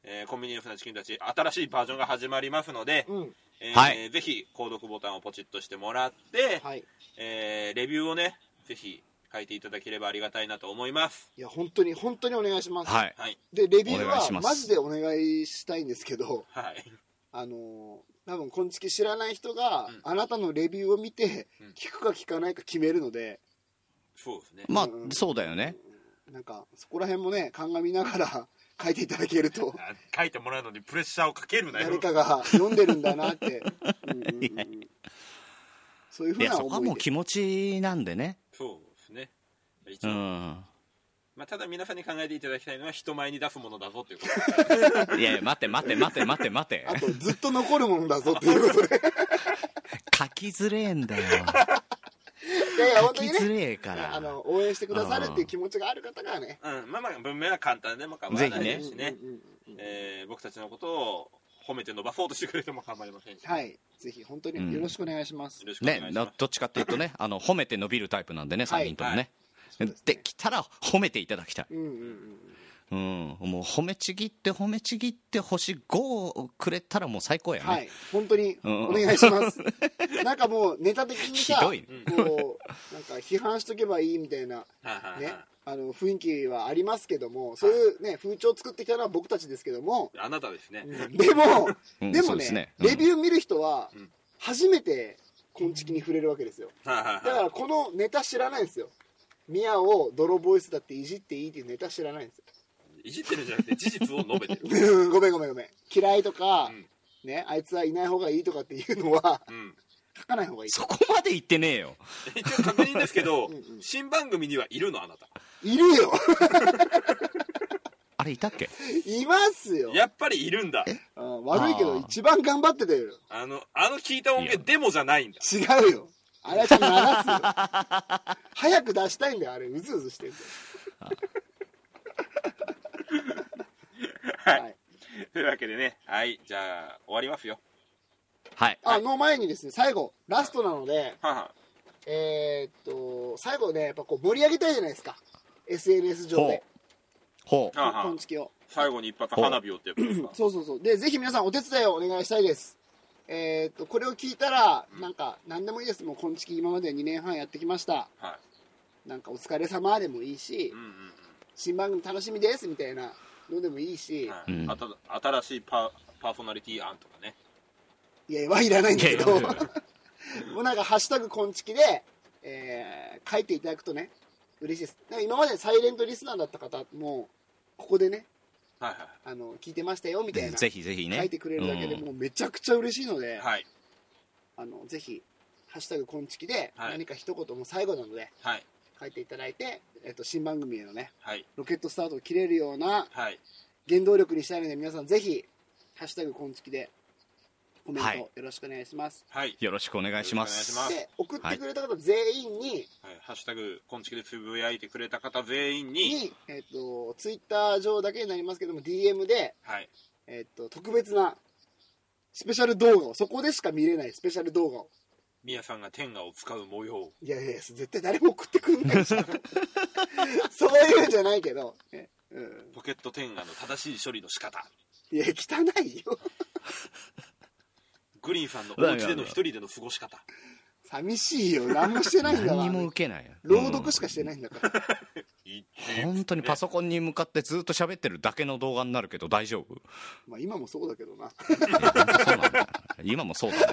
Speaker 1: えーコンビニエンスなチキンたち、新しいバージョンが始まりますので、
Speaker 2: うん
Speaker 1: えー
Speaker 3: はい
Speaker 1: ぜひ、購読ボタンをポチッとしてもらって、
Speaker 2: はい
Speaker 1: えーレビューをね、ぜひ書いていただければありがたいなと思います。
Speaker 2: いや本当に本当にお願いします、
Speaker 3: はい。
Speaker 1: はい、
Speaker 2: でレビュー
Speaker 3: お願い
Speaker 2: は
Speaker 3: します
Speaker 2: マジでお願いしたいんですけど
Speaker 1: はい。
Speaker 2: あのー多分こんちき知らない人が、
Speaker 1: うん
Speaker 2: あなたのレビューを見て
Speaker 1: うん
Speaker 2: 聞くか聞かないか決めるので
Speaker 1: そうですね。
Speaker 3: まあ
Speaker 2: う、ん
Speaker 3: そうだよね。
Speaker 2: なんかそこら辺もね鑑みながら 書いていただけると
Speaker 1: あ書いてもらうのにプレッシャーをかけるなよ。
Speaker 2: 誰かが読んでるんだ なって、うんうんうんうんそういうふ
Speaker 3: いうや、
Speaker 2: な
Speaker 3: そこはも
Speaker 2: 思いうで
Speaker 3: 気持ちなんでね。
Speaker 1: そうですね。一
Speaker 3: う
Speaker 1: 応
Speaker 3: ん。
Speaker 1: まあ、ただ皆さんに考えていただきたいのは人前に出すものだぞということ
Speaker 3: いやいや、待て待て待て待て待て
Speaker 2: あ。とずっと残るもんだぞっていう ことで
Speaker 3: 書きづれえんだよ。
Speaker 2: いやいや
Speaker 3: 書
Speaker 2: 本当
Speaker 3: き
Speaker 2: に
Speaker 3: づ
Speaker 2: ね
Speaker 3: れえから。
Speaker 2: あの応援してくださるっていう気持ちがある方がね
Speaker 1: うん、まあまあ文面は簡単でも構わないで
Speaker 3: う
Speaker 1: すしね
Speaker 2: うんうんうんうん
Speaker 1: えー僕たちのことを褒めて伸ばそうとしてくれても構いませんし、、
Speaker 2: はい
Speaker 1: よ
Speaker 2: いぜひ本当によろしくお願いします、
Speaker 1: ろしくお願いし
Speaker 3: ね、
Speaker 1: ま
Speaker 3: ど
Speaker 1: す、
Speaker 3: どっちかっていうとね、あの、褒めて伸びるタイプなんでね、
Speaker 2: はい
Speaker 3: 3人ともね。
Speaker 2: そうですね
Speaker 3: できたら褒めていただきたい。
Speaker 2: うんうんうん
Speaker 3: うん、もう褒めちぎって褒めちぎって星5をくれたらもう最高やね、
Speaker 2: はい。本当に、
Speaker 3: うん
Speaker 2: お願いし ます。なんかもう、ネタ的に
Speaker 3: ひ
Speaker 2: さ、
Speaker 3: どいね、
Speaker 2: こう、なんか批判しとけばいいみたいな、
Speaker 1: はいはい
Speaker 2: ね
Speaker 1: は、
Speaker 2: あの、雰囲気はありますけども、そういうね、風潮を作ってきたのは僕たちですけども、
Speaker 1: いあなたですね。
Speaker 2: でも、
Speaker 3: うん
Speaker 2: で
Speaker 3: そ
Speaker 2: も
Speaker 3: うです
Speaker 2: ね
Speaker 3: ね、うん
Speaker 2: レビュー見る人は
Speaker 1: ん、
Speaker 2: 初めて、昆虫に触れるわけですよ。
Speaker 1: はいはいは
Speaker 2: だ
Speaker 1: い
Speaker 2: から、このネタ知らないんですよ。ミアを泥ボイスだっていじっていいっていうネタ知らないんですよ。
Speaker 1: いじってるんじゃなくて事実を述べてる。
Speaker 2: うんごめんごめんごめん嫌いとか、
Speaker 1: ん
Speaker 2: ねあいつはいない方がいいとかっていうのは
Speaker 1: うん。
Speaker 2: 書かない方がい
Speaker 3: そこまで言ってねえよ
Speaker 1: 一応確認ですけど
Speaker 2: んうん、
Speaker 1: 新番組にはいるのあなた。
Speaker 2: いいるよ
Speaker 3: あれいたっけ
Speaker 2: いますよ
Speaker 1: やっぱりいるんだ。
Speaker 2: うん悪いけど
Speaker 3: あー
Speaker 2: 一番頑張ってたよ
Speaker 1: あの、あの聞いた音源デモじゃないんだ。
Speaker 2: 違うよあれはちょっと鳴らすよ早く出したいんだよあれうずうずしてるんだよはい
Speaker 1: というわけでね、はい、じゃあ、終わりますよ。
Speaker 3: はい
Speaker 2: あの前にですね最後ラストなので
Speaker 1: はは
Speaker 2: えーっと最後ねやっぱこう盛り上げたいじゃないですか SNS 上で
Speaker 3: ほう
Speaker 1: はは
Speaker 2: こんちきを
Speaker 1: 最後に一発花火をってやつですか。
Speaker 2: そうそうそう。で、ぜひ皆さんお手伝いをお願いしたいです。えーっと、これを聞いたら、なんか、何でもいいです。もう、こんちき今まで2年半やってきました。
Speaker 1: は
Speaker 2: なんか、お疲れ様でもいい
Speaker 1: い。
Speaker 2: し
Speaker 1: うん、うん
Speaker 2: 新番組楽しみです、みたいなのでもいいし、
Speaker 1: うん。
Speaker 3: うん
Speaker 1: はいあと、新しいパパーソナリティ案とかね。
Speaker 2: い、や、はいらないんだけど、
Speaker 3: いやいや
Speaker 2: もうなんか、ハッシュタグこんちきで、えー書いていただくとね、嬉しいです。なんか今までサイレントリスナーだった方も、ここでね、
Speaker 1: はい
Speaker 2: あの、聞いてましたよ、みたいな、
Speaker 3: ぜひぜひね
Speaker 2: 書いてくれるだけで
Speaker 3: うん
Speaker 2: もう、めちゃくちゃ嬉しいの
Speaker 1: は
Speaker 2: で、
Speaker 1: い。はい。
Speaker 2: あのぜひ「ハッシュタグこんちき」で
Speaker 1: はい
Speaker 2: 何か一言も最後なので
Speaker 1: はい。
Speaker 2: 書いていただいて、えっと、新番組へのね
Speaker 1: はい。
Speaker 2: ロケットスタートを切れるような
Speaker 1: はい。
Speaker 2: 原動力にしたいので皆さんぜひ「ハッシュタグこんちき」でコメン
Speaker 3: はい
Speaker 2: トよろしくお願いします、
Speaker 1: はい。
Speaker 3: よろしくお願いします
Speaker 1: よろしくお願いします
Speaker 2: で送ってくれた方全員に,、
Speaker 1: はいハッシュタグ、こんちきでつぶやいてくれた方全員に、
Speaker 2: にえっと、ツイッター上だけになりますけども DM で、
Speaker 1: はい。
Speaker 2: えっと、特別なスペシャル動画をそこでしか見れないスペシャル動画を
Speaker 1: みやさんが天下を使う模様。
Speaker 2: いやいや絶対誰も送ってくんないじゃん そういうんじゃないけど、ねうん、
Speaker 1: ポケット天下の正しい処理の仕方。
Speaker 2: いや、汚いよ。
Speaker 1: グリーンさんのお家での一人での過ごし方。
Speaker 2: 寂しいよ。何もしてないんだ
Speaker 3: 何
Speaker 2: わ
Speaker 3: に。も受けないよ
Speaker 2: 朗読しかしてないんだから。
Speaker 1: いい
Speaker 3: うん本当にパソコンに向かってずっと喋ってるだけの動画になるけど大丈夫
Speaker 2: まあ今もそうだけどな。
Speaker 3: そうなんだ今もそうだね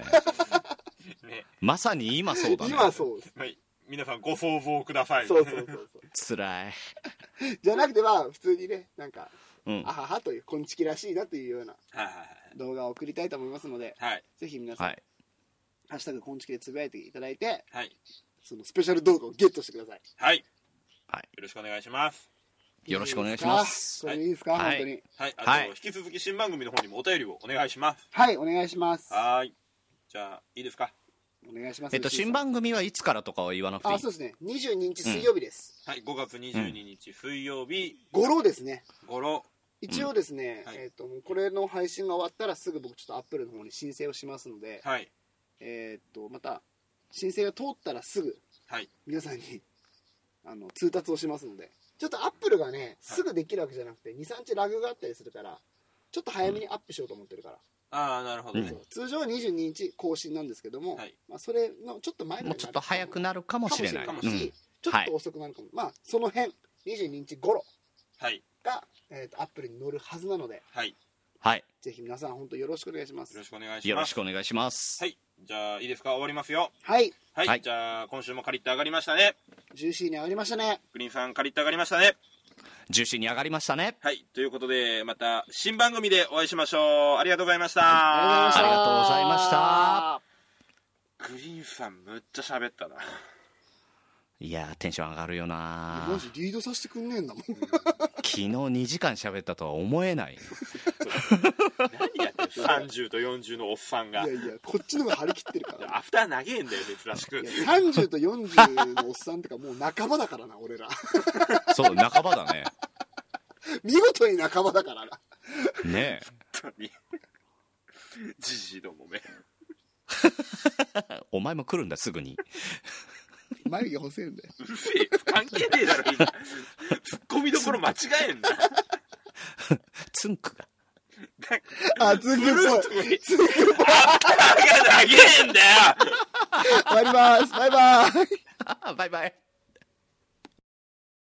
Speaker 1: ね。
Speaker 3: まさに今そうだね
Speaker 2: 今はそうです。
Speaker 1: はい。皆さんご想像ください。
Speaker 2: そうそうそうそ。
Speaker 3: つらいう
Speaker 2: じゃなくてまあ普通にね、なんか、
Speaker 3: うん
Speaker 2: あははという、こんちきらしいなというような
Speaker 1: はいはい
Speaker 2: 動画を送りたいと思いますので、
Speaker 1: はい。はい。
Speaker 2: ぜひ皆さん、
Speaker 3: はい
Speaker 2: ハッシュタグこんちきでつぶやいていただいて、
Speaker 1: はい。
Speaker 2: そのスペシャル動画をゲットしてください。
Speaker 1: はい。
Speaker 3: はい
Speaker 1: よろしくお願いします。
Speaker 3: よろしくお願いします
Speaker 2: いいですかそ
Speaker 3: はい
Speaker 2: れでいいです
Speaker 1: はい。あと、
Speaker 3: はい
Speaker 1: 引き続き新番組の方にもお便りをお願いします。
Speaker 2: か、本当に。はい、お願いします。
Speaker 1: はい。じゃあ、いいですか
Speaker 2: お願いします。
Speaker 3: えっと
Speaker 2: 吉井さ
Speaker 3: 新
Speaker 2: ん
Speaker 3: 番組はいつからとかは言わなくていい
Speaker 2: あ、そうですね。22日水曜日です。
Speaker 1: はい。5月22日水曜日
Speaker 2: ゴロですね。
Speaker 1: 頃、
Speaker 2: 一応ですね、
Speaker 1: はい
Speaker 2: えっともうこれの配信が終わったらすぐ僕ちょっとアップルの方に申請をしますので、
Speaker 1: はい。
Speaker 2: えっとまた申請が通ったらすぐ
Speaker 1: はい。
Speaker 2: 皆さんにあの通達をしますのでちょっとアップルがねすぐできるわけじゃなくて23日ラグがあったりするからちょっと早めにアップしようと思ってるから、
Speaker 1: ああ、なるほどね
Speaker 3: う。
Speaker 2: 通常は22日更新なんですけども、
Speaker 1: はい
Speaker 2: まあ、それのちょっと前ぐ
Speaker 3: も
Speaker 2: ら
Speaker 3: う
Speaker 2: い
Speaker 3: ち
Speaker 2: に
Speaker 3: ょっと早くなるかもしれない
Speaker 2: かもし
Speaker 3: う
Speaker 2: れない
Speaker 3: ん
Speaker 2: し、ちょっと遅くなるかも、まあその辺22日頃
Speaker 1: はい。
Speaker 2: が、えー、とアップルに乗るはずなので
Speaker 1: はい。
Speaker 3: はい
Speaker 2: ぜひ皆さん本当よろしくお願いします
Speaker 1: よろしくお願いします。
Speaker 3: よろしくお願いします
Speaker 1: はい。じゃあ、いいですか終わりますよ。
Speaker 2: はい
Speaker 1: はい。
Speaker 3: はい
Speaker 1: じゃあ、今週も借りって上がりましたね。
Speaker 2: ジューシーに上がりましたね。
Speaker 1: グリーンさん借りって上がりましたね。
Speaker 3: ジューシーに上がりましたね
Speaker 1: はい。ということで、また新番組でお会いしましょう。ありがとうございました。
Speaker 3: ありがとうございました
Speaker 1: グリーンさんむっちゃ喋った な。
Speaker 3: いやーテンション上がるよな
Speaker 2: マジリードさせてくんねえんだもん。
Speaker 3: 昨日2時間喋ったとは思えない
Speaker 1: 何やってんの ?30と40のおっさんが
Speaker 2: いや。いや、こっちの方が張り切ってるから。
Speaker 1: アフター長えんだよ、珍しく
Speaker 2: い。や30と40のおっさんとかもう半ばだからな、俺ら。
Speaker 3: そう半ばだね
Speaker 2: 見事に半ばだからな。
Speaker 3: ね
Speaker 1: 本当に。じじいどもめ。
Speaker 3: えお前も来るんだすぐに
Speaker 2: 眉毛細いんだよ。
Speaker 1: うるせえよ。関係ねえだろ、今。ツッコミどころ間違えんな。
Speaker 3: つんくが。
Speaker 2: あ、つんくっぽい。つんくっぽい。
Speaker 1: 投げねえんだよ
Speaker 2: 終わります。バイバイ。
Speaker 3: バイバイ。